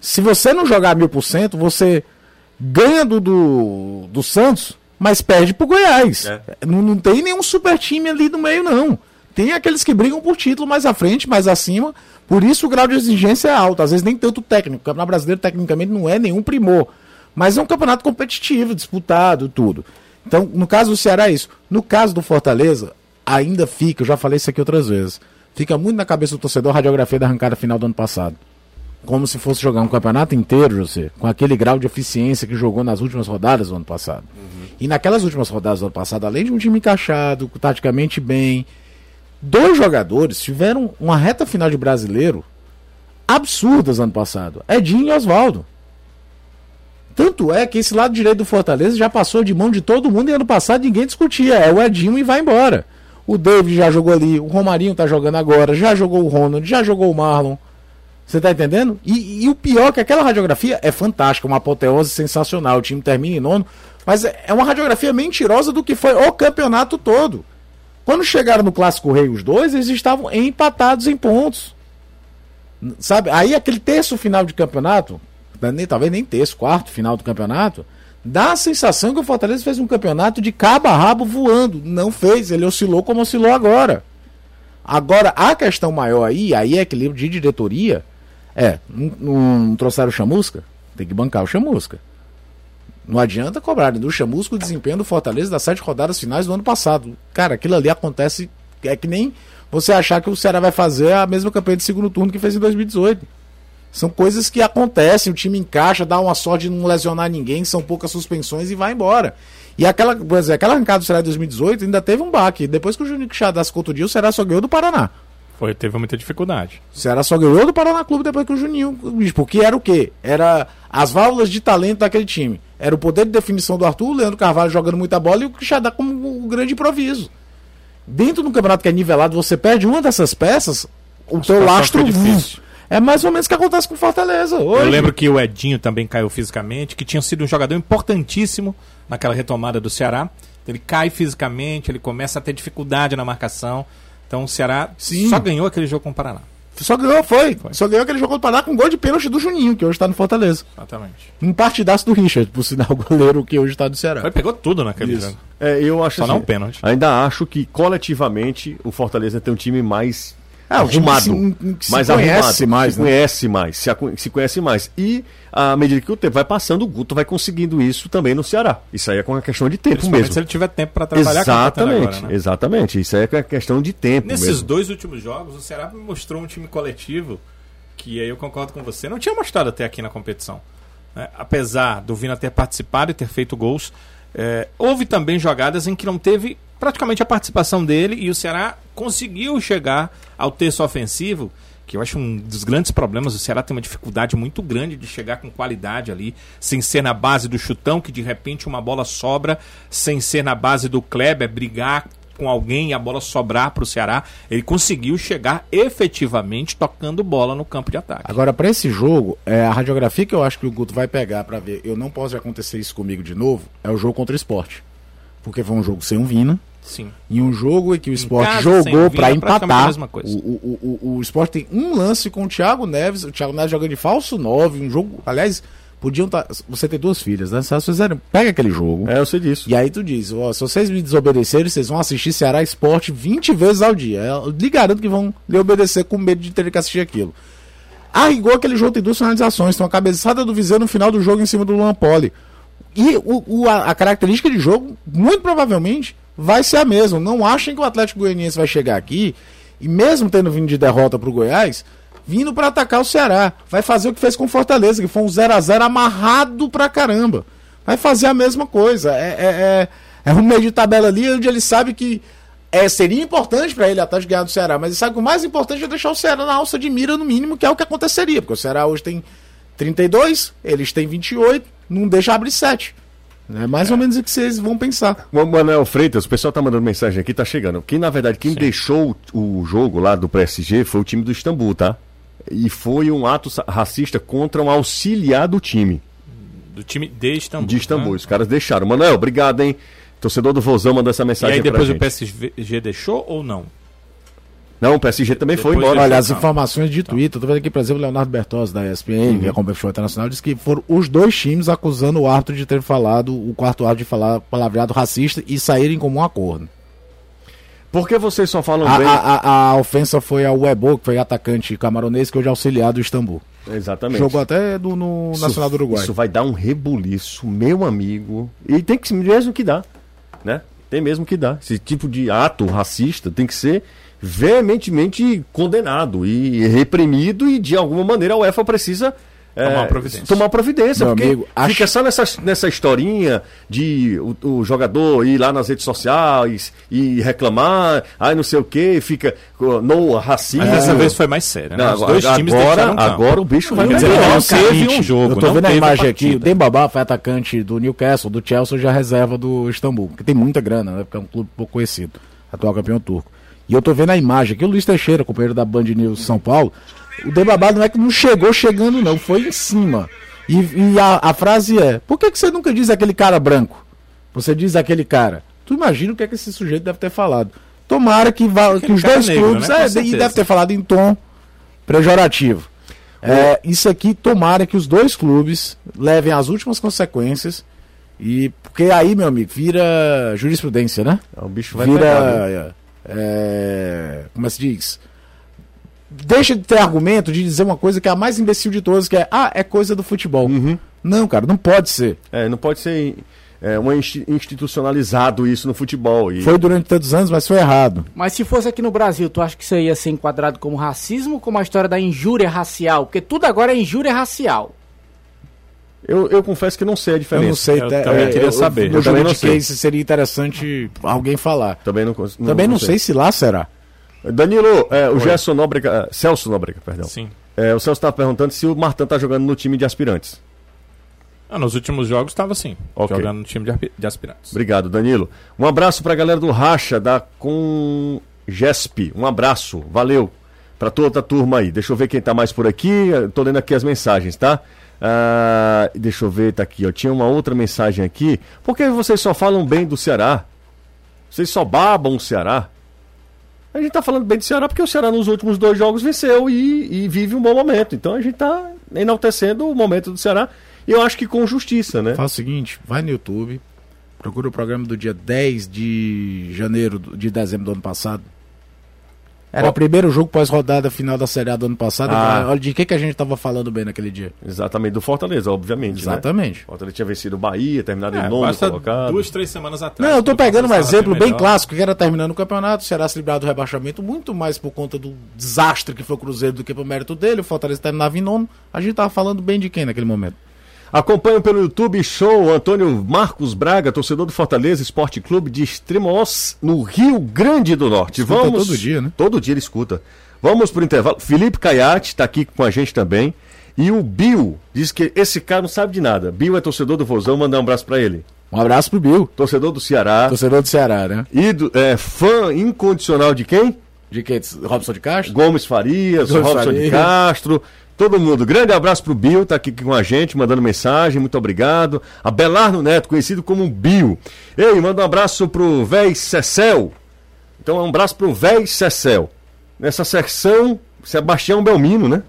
Speaker 3: se você não jogar mil por cento, você ganha do, do, do Santos, mas perde pro Goiás. Não, não tem nenhum super time ali no meio, não. Tem aqueles que brigam por título mais à frente, mais acima. Por isso o grau de exigência é alto. Às vezes nem tanto técnico. O Campeonato Brasileiro, tecnicamente, não é nenhum primor. Mas é um campeonato competitivo, disputado, tudo. Então, no caso do Ceará, é isso. No caso do Fortaleza, ainda fica, eu já falei isso aqui outras vezes. Fica muito na cabeça do torcedor a radiografia da arrancada final do ano passado como se fosse jogar um campeonato inteiro, José, com aquele grau de eficiência que jogou nas últimas rodadas do ano passado. E naquelas últimas rodadas do ano passado, além de um time encaixado, taticamente bem, dois jogadores tiveram uma reta final de brasileiro absurdas ano passado. Edinho e Oswaldo. Tanto é que esse lado direito do Fortaleza já passou de mão de todo mundo e ano passado ninguém discutia. É o Edinho e vai embora. O David já jogou ali, o Romarinho tá jogando agora, já jogou o Ronald, já jogou o Marlon. Você tá entendendo? E, e o pior é que aquela radiografia é fantástica, uma apoteose sensacional. O time termina em nono, mas é é uma radiografia mentirosa do que foi o campeonato todo. Quando chegaram no Clássico Rei os dois, eles estavam empatados em pontos. N- Sabe? Aí aquele terço final de campeonato, né, nem, talvez nem terço, quarto final do campeonato, dá a sensação que o Fortaleza fez um campeonato de cabo a rabo voando. Não fez, ele oscilou como oscilou agora. Agora, a questão maior aí, aí é equilíbrio de diretoria, é, não, não trouxeram o Chamusca? Tem que bancar o Chamusca. Não adianta cobrarem do Chamusca o desempenho do Fortaleza das sete rodadas finais do ano passado. Cara, aquilo ali acontece, é que nem você achar que o Ceará vai fazer a mesma campanha de segundo turno que fez em 2018. São coisas que acontecem, o time encaixa, dá uma sorte de não lesionar ninguém, são poucas suspensões e vai embora. E aquela, por exemplo, aquela arrancada do Ceará em 2018 ainda teve um baque. Depois que o Juninho Quixadá se contundiu, o Ceará só ganhou do Paraná.
Speaker 4: Foi, teve muita dificuldade.
Speaker 3: O Ceará só ganhou do Paraná Clube depois que o Juninho. bicho, Porque era o quê? Era as válvulas de talento daquele time. Era o poder de definição do Arthur, o Leandro Carvalho jogando muita bola e o Quixadá como o grande improviso. Dentro de um campeonato que é nivelado, você perde uma dessas peças, o teu
Speaker 4: situação
Speaker 3: lastro.
Speaker 4: fica difícil.
Speaker 3: É mais ou menos o que acontece com o Fortaleza. Hoje.
Speaker 4: Eu lembro que o Edinho também caiu fisicamente, que tinha sido um jogador importantíssimo naquela retomada do Ceará. Ele cai fisicamente, ele começa a ter dificuldade na marcação. Então o Ceará
Speaker 3: Sim.
Speaker 4: só ganhou aquele jogo com o Paraná.
Speaker 3: Só ganhou, foi. Só ganhou aquele jogo do Paraná com gol de pênalti do Juninho, que hoje tá no Fortaleza.
Speaker 4: Exatamente.
Speaker 3: Um partidaço do Richard, por sinal, o goleiro que hoje tá do Ceará.
Speaker 4: Ele pegou tudo naquele
Speaker 3: Isso.
Speaker 4: jogo.
Speaker 1: É, eu acho
Speaker 4: Só não pênalti.
Speaker 1: Ainda acho que coletivamente o Fortaleza tem um time mais Ah,
Speaker 3: É, time
Speaker 1: arrumado.
Speaker 3: se- que se
Speaker 1: mais
Speaker 3: conhece
Speaker 1: arrumado,
Speaker 3: mais,
Speaker 1: se
Speaker 3: né?
Speaker 1: conhece mais, se, acu- se conhece mais. E à medida que o tempo vai passando, o Guto vai conseguindo isso também no Ceará. Isso aí é com uma questão de tempo
Speaker 4: Principalmente
Speaker 1: mesmo.
Speaker 4: se ele tiver tempo pra trabalhar com o Catana
Speaker 1: Exatamente,
Speaker 4: agora, né?
Speaker 1: exatamente. Isso aí é com a questão de tempo
Speaker 4: Nesses
Speaker 1: mesmo.
Speaker 4: dois últimos jogos, o Ceará me mostrou um time coletivo que aí eu concordo com você, não tinha mostrado até aqui na competição. né? Apesar do Vina ter participado e ter feito gols, eh, houve também jogadas em que não teve praticamente a participação dele e o Ceará conseguiu chegar ao terço ofensivo, que eu acho um dos grandes problemas. O Ceará tem uma dificuldade muito grande de chegar com qualidade ali, sem ser na base do chutão, que de repente uma bola sobra, sem ser na base do Kleber brigar com alguém e a bola sobrar para o Ceará. Ele conseguiu chegar efetivamente tocando bola no campo de ataque.
Speaker 3: Agora, pra esse jogo, é, a radiografia que eu acho que o Guto vai pegar pra ver, eu não posso acontecer isso comigo de novo, é o jogo contra o esporte. Porque foi um jogo sem um Vina,
Speaker 4: Sim.
Speaker 3: e um jogo em que o esporte
Speaker 4: casa, sem o
Speaker 3: jogou
Speaker 4: Vina,
Speaker 3: pra empatar.
Speaker 4: praticamente a mesma coisa.
Speaker 3: O, o, o, o, o esporte tem um lance com o Thiago Neves, o Thiago Neves jogando de falso 9, um jogo. Aliás, podiam tá, Você tem duas filhas, né? Se elas fizerem, pega aquele jogo.
Speaker 1: É, eu sei disso.
Speaker 3: E aí tu diz, ó, se vocês me desobedecerem, vocês vão assistir Ceará Esporte 20 vezes ao dia. Eu lhe garanto que vão lhe obedecer com medo de terem que assistir aquilo. A rigor, aquele jogo tem duas finalizações. Tem uma cabeçada do Viseu no final do jogo em cima do Luan Poli. E o, o- a, a característica de jogo, muito provavelmente, vai ser a mesma. Não achem que o Atlético Goianiense vai chegar aqui e mesmo tendo vindo de derrota pro Goiás, vindo para atacar o Ceará. Vai fazer o que fez com o Fortaleza, que foi um 0 a 0 amarrado pra caramba. Vai fazer a mesma coisa. É, é, é, é um meio de tabela ali onde ele sabe que é, seria importante para ele atrás de ganhar do Ceará, mas ele sabe que o mais importante é deixar o Ceará na alça de mira, no mínimo, que é o que aconteceria, porque o Ceará hoje tem 32, eles têm 28, não deixa abrir 7. É mais ou menos o que vocês vão pensar.
Speaker 1: O Manuel Freitas, o pessoal tá mandando mensagem aqui, tá chegando. Quem, na verdade, quem deixou o jogo lá do PSG foi o time do Istambul, tá? E foi um ato sa- racista contra um auxiliar do time
Speaker 4: Do time de Istambul.
Speaker 1: de Istambul.
Speaker 4: né?
Speaker 1: Os caras deixaram. Manuel, obrigado, hein? Torcedor do Vozão mandou essa
Speaker 4: E
Speaker 1: mensagem
Speaker 4: aí
Speaker 1: é pra
Speaker 4: depois o
Speaker 1: gente.
Speaker 4: PSG deixou ou não?
Speaker 1: Não, o PSG também foi
Speaker 4: Depois
Speaker 1: embora.
Speaker 4: ele-
Speaker 3: Olha, as
Speaker 4: Não.
Speaker 3: informações de Twitter, tô vendo aqui, por exemplo, o Leonardo Bertozzi da ESPN, que é competição internacional, diz que foram os dois times acusando o árbitro de ter falado, o quarto árbitro de falar palavreado racista e saírem em comum acordo.
Speaker 1: Por que vocês só falam
Speaker 4: Ah,
Speaker 3: A,
Speaker 1: bem...
Speaker 3: a- a- a ofensa foi ao Webo, que foi atacante camaronês, que hoje é auxiliar do Istambul.
Speaker 4: ah,
Speaker 1: Exatamente.
Speaker 3: Jogou até do- no
Speaker 1: Isso-
Speaker 3: Nacional do Uruguai.
Speaker 1: Isso vai dar um rebuliço, meu amigo. E tem que mesmo que dá, né? Tem mesmo que dá. Esse tipo de ato racista tem que ser veementemente condenado e reprimido e de alguma maneira a UEFA precisa
Speaker 4: Tomar
Speaker 1: eh,
Speaker 4: providência.
Speaker 1: tomar providência,
Speaker 3: Meu
Speaker 1: porque
Speaker 3: amigo, acho-
Speaker 1: fica só nessa, nessa historinha de o, o jogador ir lá nas redes sociais e reclamar, aí não sei o que, fica oh, no racismo.
Speaker 4: Mas dessa vez foi mais sério, né?
Speaker 1: Não,
Speaker 4: Os
Speaker 1: agora-
Speaker 4: dois times
Speaker 1: agora,
Speaker 4: deixaram o campo.
Speaker 1: agora o bicho vai
Speaker 4: Quer dizer,
Speaker 1: pegar.
Speaker 4: não
Speaker 3: Basicamente,
Speaker 4: teve um jogo,
Speaker 3: é Eu tô
Speaker 4: não
Speaker 3: vendo a
Speaker 4: teve
Speaker 3: imagem
Speaker 4: partida.
Speaker 3: aqui. O Dembabá foi atacante do Newcastle, do Chelsea, já reserva do Istambul. Porque tem muita grana, né? Porque é um clube pouco conhecido. Atual campeão turco. E eu tô vendo a imagem aqui. O Luiz Teixeira, companheiro da Band News São Paulo. O Dembabá não é que não chegou chegando, não. Foi em cima. E, e a, a frase é: Por que, que você nunca diz aquele cara branco? Você diz aquele cara. Tu imagina o que é que esse sujeito deve ter falado. Tomara que, vá, que
Speaker 4: Aquele
Speaker 3: os
Speaker 4: cara
Speaker 3: dois
Speaker 4: negro,
Speaker 3: clubes.
Speaker 4: né? Com
Speaker 3: é, e
Speaker 4: certeza.
Speaker 3: deve ter falado em tom pejorativo. É, isso aqui, tomara que os dois clubes levem as últimas consequências. E porque aí, meu amigo, vira jurisprudência, né?
Speaker 1: Então, O bicho vai
Speaker 3: vira.
Speaker 1: pegar, viu?
Speaker 3: é, como é que se diz? Deixa de ter argumento de dizer uma coisa que é a mais imbecil de todas, que é, ah, é coisa do futebol. Não, cara, não pode ser.
Speaker 1: É, não pode ser é, uma insti- institucionalizado isso no futebol. E
Speaker 3: Foi durante tantos anos, mas foi errado.
Speaker 2: Mas se fosse aqui no Brasil, tu acha que isso ia ser enquadrado como racismo ou como a história da injúria racial? Porque tudo agora é injúria racial.
Speaker 1: eu, eu confesso que não sei a
Speaker 3: Eu
Speaker 1: diferença.
Speaker 3: não sei. é,
Speaker 4: Eu
Speaker 3: te-
Speaker 4: também queria saber.
Speaker 3: No
Speaker 1: Eu também
Speaker 3: jogo
Speaker 1: não
Speaker 3: de
Speaker 1: sei.
Speaker 3: case seria interessante alguém falar.
Speaker 1: Também não, cons-
Speaker 3: Também não, sei se lá será.
Speaker 1: Danilo, é, o Gerson Nóbrega, eh, Celso Nóbrega, perdão.
Speaker 4: Sim.
Speaker 1: É, o Celso estava perguntando se o Martan tá jogando no time de aspirantes.
Speaker 4: Ah, nos últimos jogos estava assim,
Speaker 1: Ok.
Speaker 4: jogando no time de arpi- de aspirantes.
Speaker 1: Obrigado, Danilo. Um abraço pra galera do Racha, da com Gesp. Um abraço, valeu. Pra toda a turma aí. Deixa eu ver quem tá mais por aqui. Eu Tô lendo aqui as mensagens, tá? Ah, deixa eu ver, tá aqui, ó. Tinha uma outra mensagem aqui. Por que vocês só falam bem do Ceará? Vocês só babam o Ceará? A gente tá falando bem do Ceará porque o Ceará nos últimos dois jogos venceu e, e vive um bom momento. Então a gente tá enaltecendo o momento do Ceará. E eu acho que com justiça, né?
Speaker 3: Faz o seguinte, vai no YouTube, procura o programa do dia 10 de janeiro, do- de dezembro do ano passado. Era o primeiro jogo pós-rodada final da Série A do ano passado.
Speaker 1: Ah.
Speaker 3: Olha de que, que a gente tava falando bem naquele dia.
Speaker 1: Exatamente, do Fortaleza, obviamente. Né?
Speaker 3: Exatamente.
Speaker 1: O Fortaleza tinha vencido o Bahia, terminado em
Speaker 7: É,
Speaker 1: nono
Speaker 7: basta
Speaker 1: colocado.
Speaker 7: duas, três semanas atrás.
Speaker 3: Não, eu tô
Speaker 7: Quando o
Speaker 3: pegando um
Speaker 7: Fortaleza tava
Speaker 3: exemplo bem
Speaker 7: melhor.
Speaker 3: clássico, que era terminando o campeonato, o Ceará se livrar do rebaixamento, muito mais por conta do desastre que foi o Cruzeiro do que por mérito dele, o Fortaleza terminava em nono, a gente tava falando bem de quem naquele momento?
Speaker 1: Acompanho pelo YouTube Show Antônio Marcos Braga, torcedor do Fortaleza Esporte Clube de Extremos, no Rio Grande do Norte.
Speaker 3: Escuta
Speaker 1: Vamos
Speaker 3: todo dia, né?
Speaker 1: Todo dia ele escuta. Vamos pro intervalo. Felipe Caiate está aqui com a gente também. E o Bill diz que esse cara não sabe de nada. Bill é torcedor do Vozão, mandar um abraço para ele.
Speaker 3: Um abraço pro Bill,
Speaker 1: Torcedor do Ceará.
Speaker 3: torcedor do Ceará, né?
Speaker 1: E do- é, fã incondicional de quem?
Speaker 3: De quem? Robson de Castro?
Speaker 1: Gomes Farias,
Speaker 3: Gomes
Speaker 1: Robson de
Speaker 3: Farias.
Speaker 1: Castro, todo mundo. Grande abraço pro Bill, tá aqui com a gente, mandando mensagem, muito obrigado. A Belardo Neto, conhecido como Bill. Ei, manda um abraço pro véi Cecel. Então é um abraço pro véi Cecel. Nessa secção, Sebastião Belmino, né?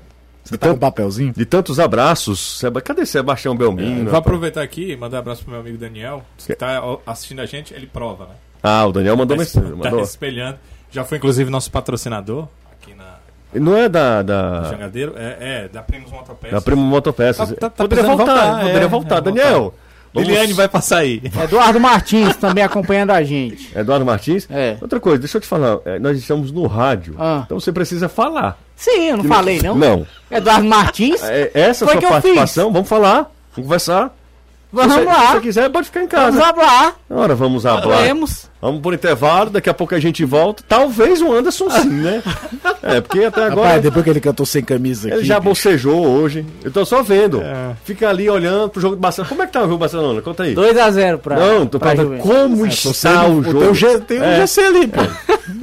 Speaker 3: Você tá com um papelzinho?
Speaker 1: De tantos abraços. Seba- Cadê Sebastião Belmino?
Speaker 7: Vou
Speaker 1: rapaz?
Speaker 7: aproveitar aqui e mandar um abraço pro meu amigo Daniel, que tá ó, assistindo a gente, ele prova, né?
Speaker 1: Ah, o Daniel mandou
Speaker 7: Tá es-
Speaker 1: mensagem.
Speaker 7: Tá
Speaker 1: mandou.
Speaker 7: espelhando. Já foi, inclusive, nosso patrocinador aqui na
Speaker 1: Não é da. da...
Speaker 7: Jangadeiro. É, é, da Primos Motopeças.
Speaker 1: Da Primo Motopeças.
Speaker 7: Tá- tá- tá
Speaker 1: poderia
Speaker 7: precisando
Speaker 1: voltar,
Speaker 7: voltar,
Speaker 1: poderia
Speaker 7: é,
Speaker 1: voltar.
Speaker 7: é,
Speaker 1: Daniel, vamos-
Speaker 7: Liliane vai passar aí.
Speaker 2: Eduardo Martins também acompanhando a gente.
Speaker 1: Eduardo Martins?
Speaker 2: É.
Speaker 1: Outra coisa, deixa eu te falar, é, nós estamos no rádio,
Speaker 2: Ah.
Speaker 1: então você precisa falar.
Speaker 2: Sim, eu não falei, não.
Speaker 1: Não.
Speaker 2: Eduardo Martins,
Speaker 1: É, essa
Speaker 2: Foi
Speaker 1: sua
Speaker 2: que eu
Speaker 1: participação, vamos falar, vamos conversar.
Speaker 2: vamos
Speaker 1: se, Se
Speaker 2: lá.
Speaker 1: você é quiser, pode ficar em
Speaker 2: Vamos
Speaker 1: casa.
Speaker 2: lá.
Speaker 1: Ora, vamos hablar.
Speaker 2: Vamos.
Speaker 1: Vamos por intervalo, daqui a pouco a gente volta. Talvez o Anderson sim, né? É, porque até agora
Speaker 3: Rapaz, depois que ele cantou sem camisa
Speaker 1: ele
Speaker 3: aqui. É.
Speaker 1: já
Speaker 3: bicho.
Speaker 1: bocejou hoje. Eu tô só vendo. Fica ali olhando pro jogo do Barcelona. Como é que tá o jogo do Barcelona? Conta aí.
Speaker 2: 2x0 pra.
Speaker 1: Não, tô
Speaker 2: pra
Speaker 1: perguntando
Speaker 2: Juventus.
Speaker 1: como
Speaker 3: Tô
Speaker 1: está
Speaker 3: sendo-
Speaker 1: o jogo.
Speaker 3: teu G- Tem um
Speaker 1: É.
Speaker 3: GC ali, pô.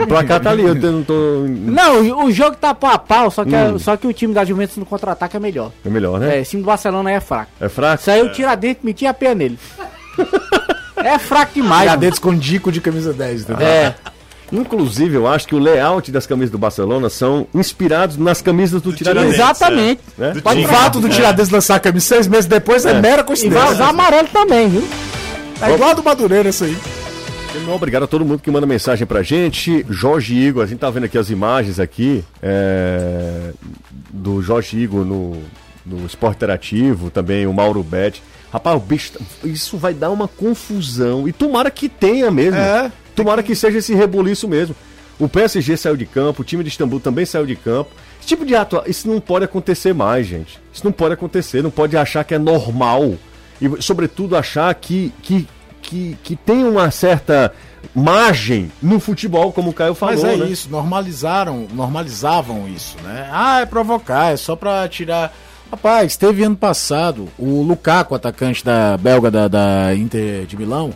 Speaker 1: O placar tá ali, eu te- não tô...
Speaker 2: Não, o o jogo tá pau a pau, só que, só que o time da Juventus no contra-ataque é melhor.
Speaker 1: É melhor, né?
Speaker 2: É, o time do Barcelona aí é fraco.
Speaker 1: É fraco?
Speaker 2: Saiu tira dentro, meti a pé nele. é fraco demais.
Speaker 3: Cadê
Speaker 2: mano.
Speaker 3: escondico um de camisa 10, entendeu?
Speaker 2: É,
Speaker 1: Inclusive, eu acho que o layout das camisas do Barcelona são inspirados nas camisas do Tiradentes.
Speaker 2: exatamente.
Speaker 1: Né?
Speaker 2: Pode
Speaker 3: O
Speaker 2: falar.
Speaker 3: fato do Tiradentes lançar a camisa seis meses depois é, mera
Speaker 2: E vai usar
Speaker 3: coincidência.
Speaker 2: amarelo também, viu?
Speaker 3: É igual a do Madureira isso aí.
Speaker 1: Não, Então, Obrigado a todo mundo que manda mensagem pra gente. Jorge Igor, a gente tá vendo aqui as imagens aqui é, do Jorge Igor no, no Esporte Interativo, também o Mauro Bet. Rapaz, o bicho, tá- isso vai dar uma confusão. E tomara que tenha mesmo.
Speaker 3: É.
Speaker 1: Tomara que seja esse rebuliço mesmo. O PSG saiu de campo, o time de Istambul também saiu de campo. Esse tipo de ato, isso não pode acontecer mais, gente. Isso não pode acontecer, não pode achar que é normal. E, sobretudo, achar que, que, que, que tem uma certa margem no futebol, como o Caio falou,
Speaker 3: Mas é
Speaker 1: né?
Speaker 3: isso, normalizaram, normalizavam isso, né? Ah, é provocar, é só pra tirar. Rapaz, teve ano passado, o Lukaku, atacante da belga da, da Inter de Milão,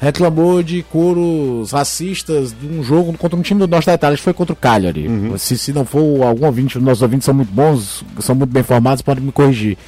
Speaker 3: reclamou de coros racistas de um jogo contra um time do Norte da Itália, acho que foi contra o Cagliari.
Speaker 1: Uhum.
Speaker 3: Se, se não for algum ouvinte, nossos ouvintes são muito bons, são muito bem formados, podem me corrigir.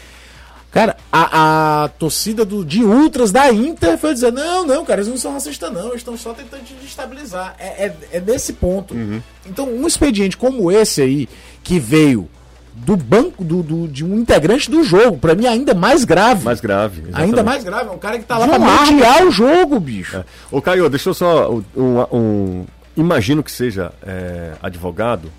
Speaker 3: Cara, a, a torcida do, de ultras da Inter foi dizer: não, não, cara, eles não são racistas, não, eles estão só tentando te destabilizar. É, é, é nesse ponto.
Speaker 1: Uhum.
Speaker 3: Então, um expediente como esse aí, que veio do banco do, do- de um integrante do jogo, pra mim, ainda mais grave.
Speaker 1: Mais grave.
Speaker 3: ainda
Speaker 1: exatamente. É.
Speaker 3: mais grave, é um cara que tá lá
Speaker 2: De
Speaker 3: pra
Speaker 2: um árbitro.
Speaker 3: mediar o jogo, bicho.
Speaker 1: Ô, Caio, deixa eu só. Um, um- imagino que seja é, advogado.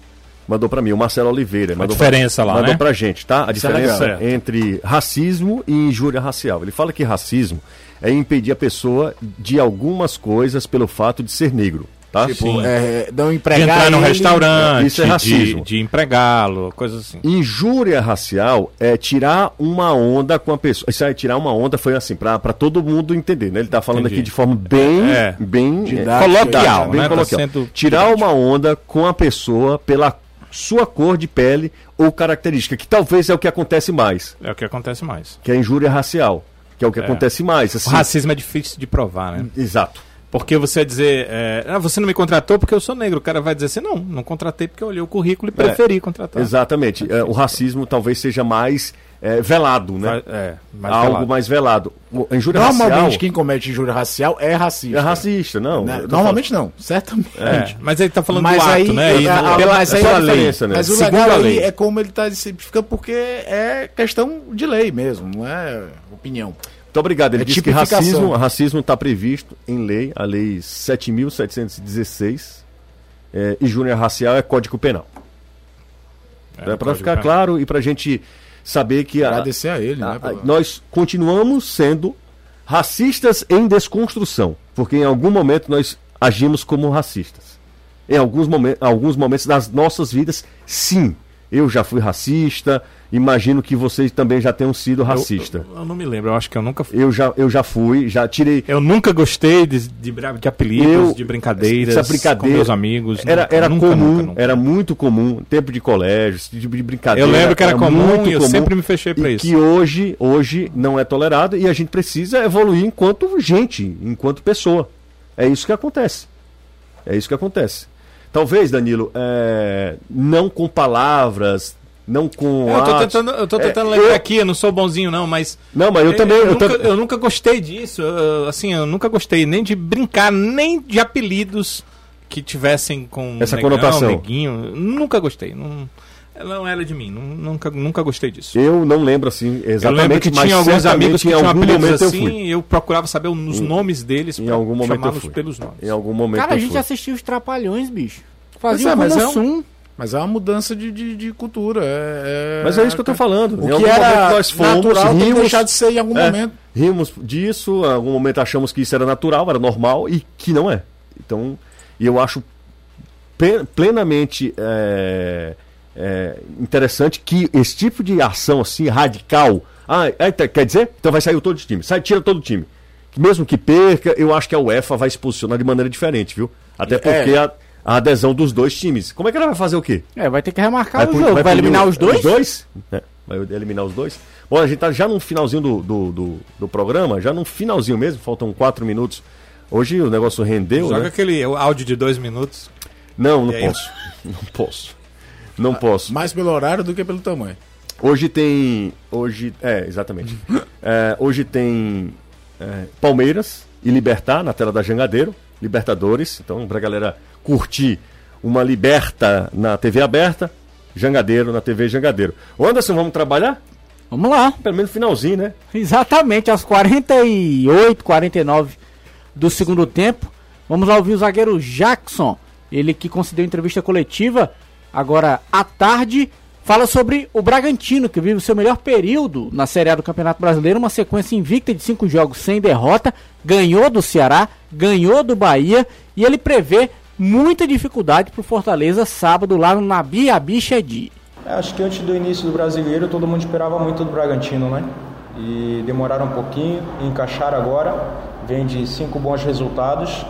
Speaker 1: Mandou pra mim, o Marcelo Oliveira. Mandou
Speaker 4: diferença
Speaker 1: pra,
Speaker 4: lá,
Speaker 1: Mandou
Speaker 4: né?
Speaker 1: pra gente, tá? A
Speaker 3: é legal.
Speaker 1: diferença entre racismo e injúria racial. Ele fala que racismo é impedir a pessoa de algumas coisas pelo fato de ser negro, tá?
Speaker 4: Tipo,
Speaker 3: Pô, é, não
Speaker 4: De
Speaker 3: empregar.
Speaker 4: entrar num
Speaker 3: ele-
Speaker 4: restaurante,
Speaker 1: Isso é
Speaker 4: de-
Speaker 1: racismo.
Speaker 4: de, empregá-lo, coisa assim.
Speaker 1: Injúria racial é tirar uma onda com a pessoa. Isso aí, tirar uma onda foi assim, pra, pra todo mundo entender, né? Ele tá falando
Speaker 4: Entendi.
Speaker 1: aqui de forma bem.
Speaker 4: É.
Speaker 1: bem
Speaker 3: Didática.
Speaker 1: coloquial,
Speaker 4: Didática,
Speaker 1: bem
Speaker 4: né? Tá
Speaker 1: coloquial.
Speaker 4: sendo
Speaker 1: Tirar uma onda com a pessoa pela sua cor de pele ou característica, que talvez é o que acontece mais,
Speaker 7: É o que acontece mais.
Speaker 1: que é a injúria racial, que é o que acontece mais.
Speaker 7: O
Speaker 1: assim.
Speaker 7: racismo é difícil de provar, né?
Speaker 1: Exato.
Speaker 7: Porque você dizer, é, ah, você não me contratou porque eu sou negro. O cara vai dizer assim, não, não contratei porque eu olhei o currículo e
Speaker 1: É,
Speaker 7: preferi
Speaker 4: Ah, tá.
Speaker 7: contratar.
Speaker 1: Exatamente. É, o racismo talvez seja mais é, velado, né?
Speaker 7: Vai- É, mas
Speaker 1: Algo
Speaker 7: sei lá.
Speaker 1: mais velado. O- A injúria
Speaker 3: Normalmente,
Speaker 1: racial
Speaker 3: quem comete injúria racial é racista.
Speaker 1: é racista, não.
Speaker 3: Né?
Speaker 1: Eu tô
Speaker 3: Normalmente não, certamente.
Speaker 7: É, mas ele tá falando
Speaker 3: Mas
Speaker 7: do ato,
Speaker 3: aí-
Speaker 7: né? E
Speaker 3: é,
Speaker 7: no-
Speaker 3: a-
Speaker 7: pela,
Speaker 3: mas aí-
Speaker 7: pela
Speaker 1: a
Speaker 7: lei.
Speaker 1: diferença, né?
Speaker 3: Mas o
Speaker 7: Segundo
Speaker 3: legal
Speaker 7: a
Speaker 3: aí
Speaker 7: lei.
Speaker 3: é como ele está simplificando, porque é questão de lei mesmo, não é opinião.
Speaker 1: Muito obrigado. Ele
Speaker 3: É
Speaker 1: disse que tá
Speaker 3: tipificação.
Speaker 1: racismo está previsto em lei, a lei 7.716. é, e Júnior Racial é Código Penal. É, para
Speaker 7: Código
Speaker 1: ficar
Speaker 7: Penal.
Speaker 1: claro e para a gente saber que a,
Speaker 3: Agradecer a ele,
Speaker 1: a-
Speaker 3: né?
Speaker 1: a-
Speaker 3: pela-
Speaker 1: nós continuamos sendo racistas em desconstrução, porque em algum momento nós agimos como racistas. Em alguns, momen alguns momentos das nossas vidas, sim. Eu já fui racista, imagino que vocês também já tenham sido racista.
Speaker 7: Eu, eu não me lembro, eu acho que eu nunca fui.
Speaker 1: Eu, já, eu já fui, já tirei.
Speaker 7: Eu nunca gostei de, de, bra- de apelidos,
Speaker 1: Eu-
Speaker 7: de brincadeiras
Speaker 1: essa brincadeira-
Speaker 7: com meus amigos.
Speaker 1: Era,
Speaker 7: nunca,
Speaker 1: era
Speaker 7: nunca,
Speaker 1: comum,
Speaker 7: nunca, nunca.
Speaker 1: era muito comum, tempo de colégio, esse tipo de brincadeira.
Speaker 4: Eu lembro que era, comum
Speaker 1: muito
Speaker 4: e eu
Speaker 1: comum.
Speaker 4: sempre me fechei pra
Speaker 1: e
Speaker 4: isso.
Speaker 1: que hoje, hoje não é tolerado e a gente precisa evoluir enquanto gente, enquanto pessoa. É isso que acontece. É isso que acontece. Talvez, Danilo, é, não com palavras, não com.
Speaker 7: É, eu tô
Speaker 1: atos.
Speaker 7: tentando, eu tô tentando
Speaker 1: um É,
Speaker 7: lembrar
Speaker 1: eu-
Speaker 7: aqui, eu não sou bonzinho não, mas...
Speaker 1: Não, mas eu também. Eu,
Speaker 7: nunca,
Speaker 1: tam-
Speaker 7: eu nunca gostei disso, eu- assim, eu nunca gostei nem de brincar, nem de apelidos que tivessem com um
Speaker 1: Essa conotação.
Speaker 7: neguinho, nunca gostei, não, não era de mim, nu- nunca, nunca gostei disso.
Speaker 1: eu não lembro assim exatamente.
Speaker 7: eu lembro que
Speaker 1: mas
Speaker 7: tinha alguns
Speaker 1: certamente
Speaker 7: amigos que
Speaker 1: em
Speaker 7: tinham
Speaker 1: algum
Speaker 7: apelidos
Speaker 1: momento eu
Speaker 7: assim,
Speaker 1: fui.
Speaker 7: eu, procurava saber os nomes deles
Speaker 1: Em
Speaker 7: pra
Speaker 1: algum momento eu
Speaker 7: chamá-los
Speaker 1: fui.
Speaker 7: pelos nomes.
Speaker 1: Em algum momento
Speaker 2: Cara, a
Speaker 1: eu
Speaker 2: gente
Speaker 1: fui.
Speaker 2: assistia os Trapalhões, bicho. Fazia
Speaker 3: é,
Speaker 2: um
Speaker 3: mas é um-
Speaker 2: Kumassum.
Speaker 3: Mas é uma mudança de, de, de cultura. É,
Speaker 1: Mas é isso que eu tô falando.
Speaker 3: O
Speaker 1: Em
Speaker 3: que
Speaker 1: algum
Speaker 3: era
Speaker 1: momento nós fomos,
Speaker 3: natural tem que
Speaker 1: rimos,
Speaker 3: deixar de ser em algum
Speaker 1: É.
Speaker 3: momento.
Speaker 1: Rimos disso, em algum momento achamos que isso era natural, era normal e que não é. Então, e eu acho pe- plenamente é, é, interessante que esse tipo de ação assim radical, ah, é, tá- quer dizer, então vai sair todo o time, sai tira todo o time. Que Mesmo que perca, eu acho que a UEFA vai se posicionar de maneira diferente, viu? Até porque a, a adesão dos dois times. Como é que ela vai fazer o quê?
Speaker 2: É, vai ter que remarcar o
Speaker 1: punir-
Speaker 2: jogo. Vai,
Speaker 1: punir
Speaker 2: eliminar
Speaker 1: o-
Speaker 2: os dois?
Speaker 1: É, vai eliminar os dois? Bom, a gente tá já no finalzinho do, do, do, do programa, já no finalzinho mesmo, faltam quatro minutos. Hoje o negócio rendeu,
Speaker 7: Joga
Speaker 1: né?
Speaker 7: aquele áudio de dois minutos.
Speaker 1: Não, não
Speaker 7: E aí?
Speaker 1: posso. Não posso. Não posso.
Speaker 3: Mais pelo horário do que pelo tamanho.
Speaker 1: Hoje tem. Hoje. É, exatamente. É, hoje tem é, Palmeiras e Libertar na tela da Jangadeiro. Libertadores. Então, pra galera curtir uma Liberta na TV aberta. Jangadeiro na TV Jangadeiro. Ô, Anderson, vamos trabalhar?
Speaker 2: Vamos lá.
Speaker 1: Pelo menos finalzinho, né?
Speaker 2: Exatamente, aos 48, 49 do segundo tempo. Vamos lá ouvir o zagueiro Jackson. Ele que concedeu entrevista coletiva agora à tarde. Fala sobre o Bragantino, que vive o seu melhor período na Série A do Campeonato Brasileiro, uma sequência invicta de cinco jogos sem derrota, ganhou do Ceará, ganhou do Bahia e ele prevê muita dificuldade para o Fortaleza sábado lá no Nabi Abichedi.
Speaker 6: É, Acho que antes do início do brasileiro todo mundo esperava muito do Bragantino, né? E demoraram um pouquinho, encaixaram agora, vem de cinco bons resultados.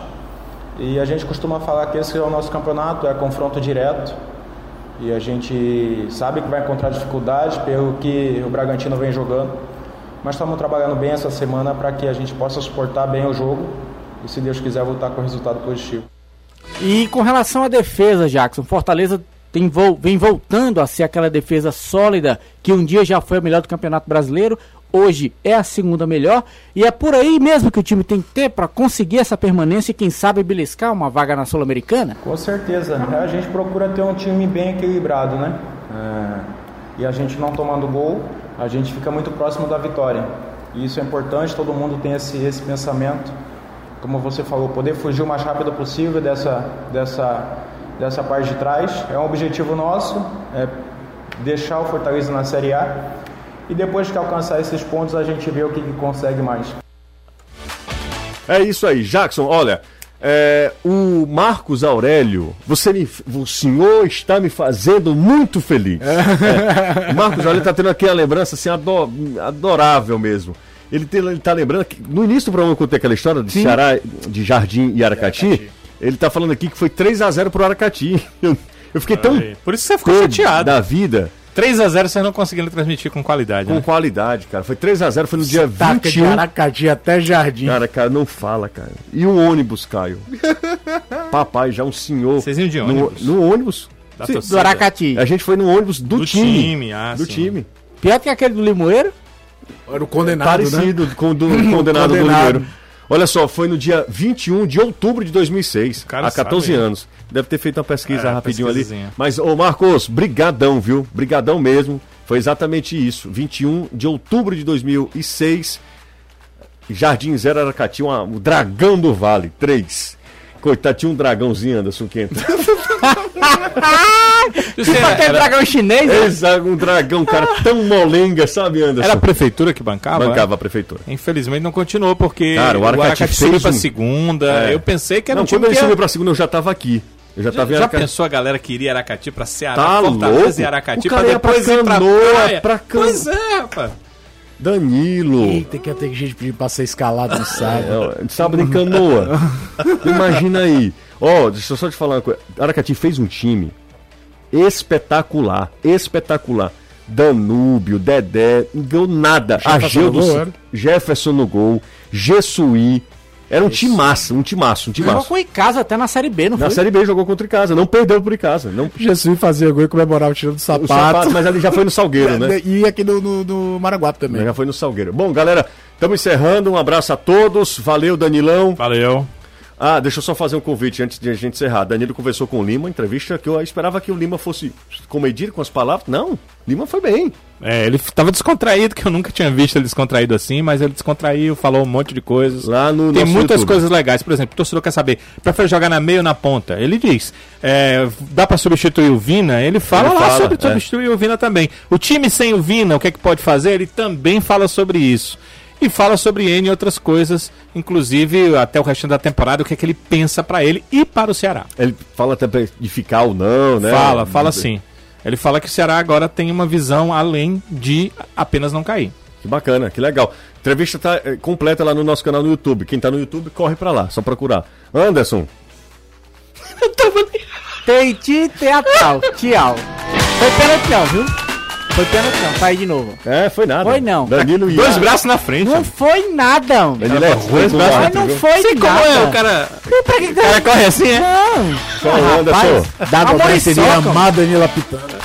Speaker 6: E a gente costuma falar que esse é o nosso campeonato, é confronto direto. E a gente sabe que vai encontrar dificuldade pelo que o Bragantino vem jogando. Mas estamos trabalhando bem essa semana para que a gente possa suportar bem o jogo e, se Deus quiser, voltar com resultado positivo.
Speaker 2: E com relação à defesa, Jackson, Fortaleza tem vol- vem voltando a ser aquela defesa sólida que um dia já foi a melhor do Campeonato Brasileiro, hoje é a segunda melhor, e é por aí mesmo que o time tem que ter para conseguir essa permanência e quem sabe beliscar uma vaga na Sul-Americana?
Speaker 6: Com certeza. A gente procura ter um time bem equilibrado, né? É, E a gente não tomando gol, a gente fica muito próximo da vitória. E isso é importante, todo mundo tem esse, esse pensamento. Como você falou, poder fugir o mais rápido possível dessa, dessa, dessa parte de trás. É um objetivo nosso, é deixar o Fortaleza na Série A. E depois que alcançar esses pontos, a gente vê o que que consegue mais.
Speaker 1: É isso aí, Jackson. Olha, é, o Marcos Aurélio, você me, o senhor está me fazendo muito feliz. É, o Marcos Aurélio está tendo aqui a lembrança assim ado- adorável mesmo. Ele, tem, ele tá lembrando que no início do programa eu contei aquela história de Ceará, de Jardim e Aracati. Ele tá falando aqui que foi 3 a 0 pro Aracati. Eu, eu fiquei tão
Speaker 7: Aí. É, Por isso você ficou
Speaker 1: todo
Speaker 7: chateado.
Speaker 1: da vida
Speaker 7: 3x0 vocês não conseguiram transmitir com qualidade,
Speaker 4: É.
Speaker 1: com
Speaker 7: né?
Speaker 1: qualidade, cara. Foi 3 a 0 foi no dia
Speaker 3: Taca de
Speaker 1: 21
Speaker 3: Aracati até Jardim.
Speaker 1: Cara, cara, não fala, cara. E o ônibus, Caio? Papai, já um senhor.
Speaker 7: Vocês iam de
Speaker 1: no-
Speaker 7: ônibus?
Speaker 1: No, ônibus?
Speaker 7: Da
Speaker 1: Sim, É.
Speaker 7: torcida.
Speaker 2: Do Aracati.
Speaker 1: a gente foi no ônibus do,
Speaker 7: Do
Speaker 1: time.
Speaker 7: time, ah,
Speaker 1: do
Speaker 7: sim.
Speaker 1: time.
Speaker 2: Pior que aquele do Limoeiro,
Speaker 3: Era o condenado, né?
Speaker 1: Parecido com o do condenado, do
Speaker 3: Condenado.
Speaker 1: Ribeiro. Olha só, foi no dia 21 de outubro de 2006,
Speaker 7: cara
Speaker 1: há 14
Speaker 7: sabe.
Speaker 1: anos. Deve ter feito uma pesquisa
Speaker 7: É,
Speaker 1: rapidinho ali.
Speaker 7: pesquisazinha.
Speaker 1: Mas, ô Marcos, brigadão, viu? Brigadão mesmo. Foi exatamente isso. 21 de outubro de 2006, Jardim Zero Aracati, uma- o Dragão do Vale, 3. Coitado, tinha um dragãozinho, Anderson, que entra.
Speaker 2: Tipo
Speaker 1: é.
Speaker 2: aquele dragão chinês, né?
Speaker 1: Eles- um dragão, um cara tão molenga, sabe, Anderson?
Speaker 4: Era a prefeitura que bancava?
Speaker 1: Bancava a prefeitura.
Speaker 4: né? Infelizmente não continuou, porque
Speaker 1: Cara, o Aracati
Speaker 4: subiu
Speaker 1: fez
Speaker 4: pra
Speaker 1: um-
Speaker 4: segunda.
Speaker 1: É.
Speaker 4: Eu pensei que era
Speaker 1: Não,
Speaker 4: um time
Speaker 1: quando ele
Speaker 4: que
Speaker 1: subiu
Speaker 4: ia...
Speaker 1: pra segunda, eu já tava aqui. Eu já tava em
Speaker 7: já
Speaker 1: Aracati.
Speaker 7: pensou a galera que iria Aracati pra Ceará,
Speaker 1: Tá louco?
Speaker 7: e Aracati
Speaker 1: O cara ia pra Canoa, pra Cano-
Speaker 7: Pois é, rapaz.
Speaker 1: Danilo.
Speaker 3: Eita, que tem gente pedindo pra ser escalado no sábado.
Speaker 1: É, de sábado em canoa. Imagina aí. Ó, deixa eu só te falar uma coisa. Aracati fez um time espetacular. Espetacular. Danúbio, Dedé, não ganhou nada.
Speaker 3: Jefferson
Speaker 1: Ageu do
Speaker 3: no gol,
Speaker 1: Céu,
Speaker 3: era?
Speaker 1: Jefferson no gol, Jesuí. Era um time massa, um time massa, um time
Speaker 2: Jogou
Speaker 1: massa.
Speaker 2: com em casa até na Série B, não
Speaker 1: Na
Speaker 2: foi?
Speaker 1: Série B jogou contra o casa, não perdeu por casa. Não,
Speaker 3: Jesus fazia gol e comemorava tirando do
Speaker 1: o
Speaker 3: sapato.
Speaker 1: sapato, mas ali já foi no Salgueiro, né?
Speaker 3: E aqui no, no, no Maraguape também.
Speaker 1: Já foi no Salgueiro. Bom, galera, estamos encerrando. Um abraço a todos. Valeu, Danilão.
Speaker 4: Valeu.
Speaker 1: Ah, deixa eu só fazer um convite antes de a gente encerrar. Danilo conversou com o Lima, entrevista que eu esperava que o Lima fosse comedido com as palavras. Não, Lima foi bem.
Speaker 4: É, ele f- tava descontraído, que eu nunca tinha visto ele descontraído assim, mas ele descontraiu, falou um monte de coisas.
Speaker 1: Lá no
Speaker 4: Tem
Speaker 1: nosso
Speaker 4: muitas
Speaker 1: YouTube.
Speaker 4: coisas legais. Por exemplo, o torcedor quer saber, prefere jogar na meia ou na ponta? Ele diz, é, dá pra substituir o Vina? Ele fala
Speaker 1: Ele
Speaker 4: lá
Speaker 1: fala,
Speaker 4: sobre
Speaker 1: é.
Speaker 4: substituir o Vina também. O time sem o Vina, o que é que pode fazer? Ele também fala sobre isso. E fala sobre N e outras coisas, inclusive até o restante da temporada, o que é que ele pensa pra ele e para o Ceará.
Speaker 1: Ele fala até pra- de ficar ou não, né?
Speaker 4: Fala, fala sim. Ele fala que o Ceará agora tem uma visão além de apenas não cair.
Speaker 1: Que bacana, que legal. Entrevista tá eh, completa lá no nosso canal no YouTube. Quem tá no YouTube, corre pra lá, só procurar. Anderson,
Speaker 2: Peiti teatral. Tchau. Foi pênalti não, viu? Foi pênalti não. Tá aí de novo.
Speaker 1: é, foi nada.
Speaker 2: Foi não.
Speaker 1: Danilo e
Speaker 4: Dois braços na frente.
Speaker 2: Não foi nada, homem.
Speaker 1: Danilo é ruim com o
Speaker 2: Mas
Speaker 1: árbitro,
Speaker 2: Ah, não
Speaker 1: viu?
Speaker 2: foi nada.
Speaker 4: é? cara.
Speaker 2: E pra que que
Speaker 4: corre assim, é?
Speaker 2: Não.
Speaker 1: Só o Anderson.
Speaker 2: Rapaz,
Speaker 3: Dá
Speaker 2: Amor e
Speaker 3: pra seria
Speaker 2: soca.
Speaker 3: amado Danila Pitana.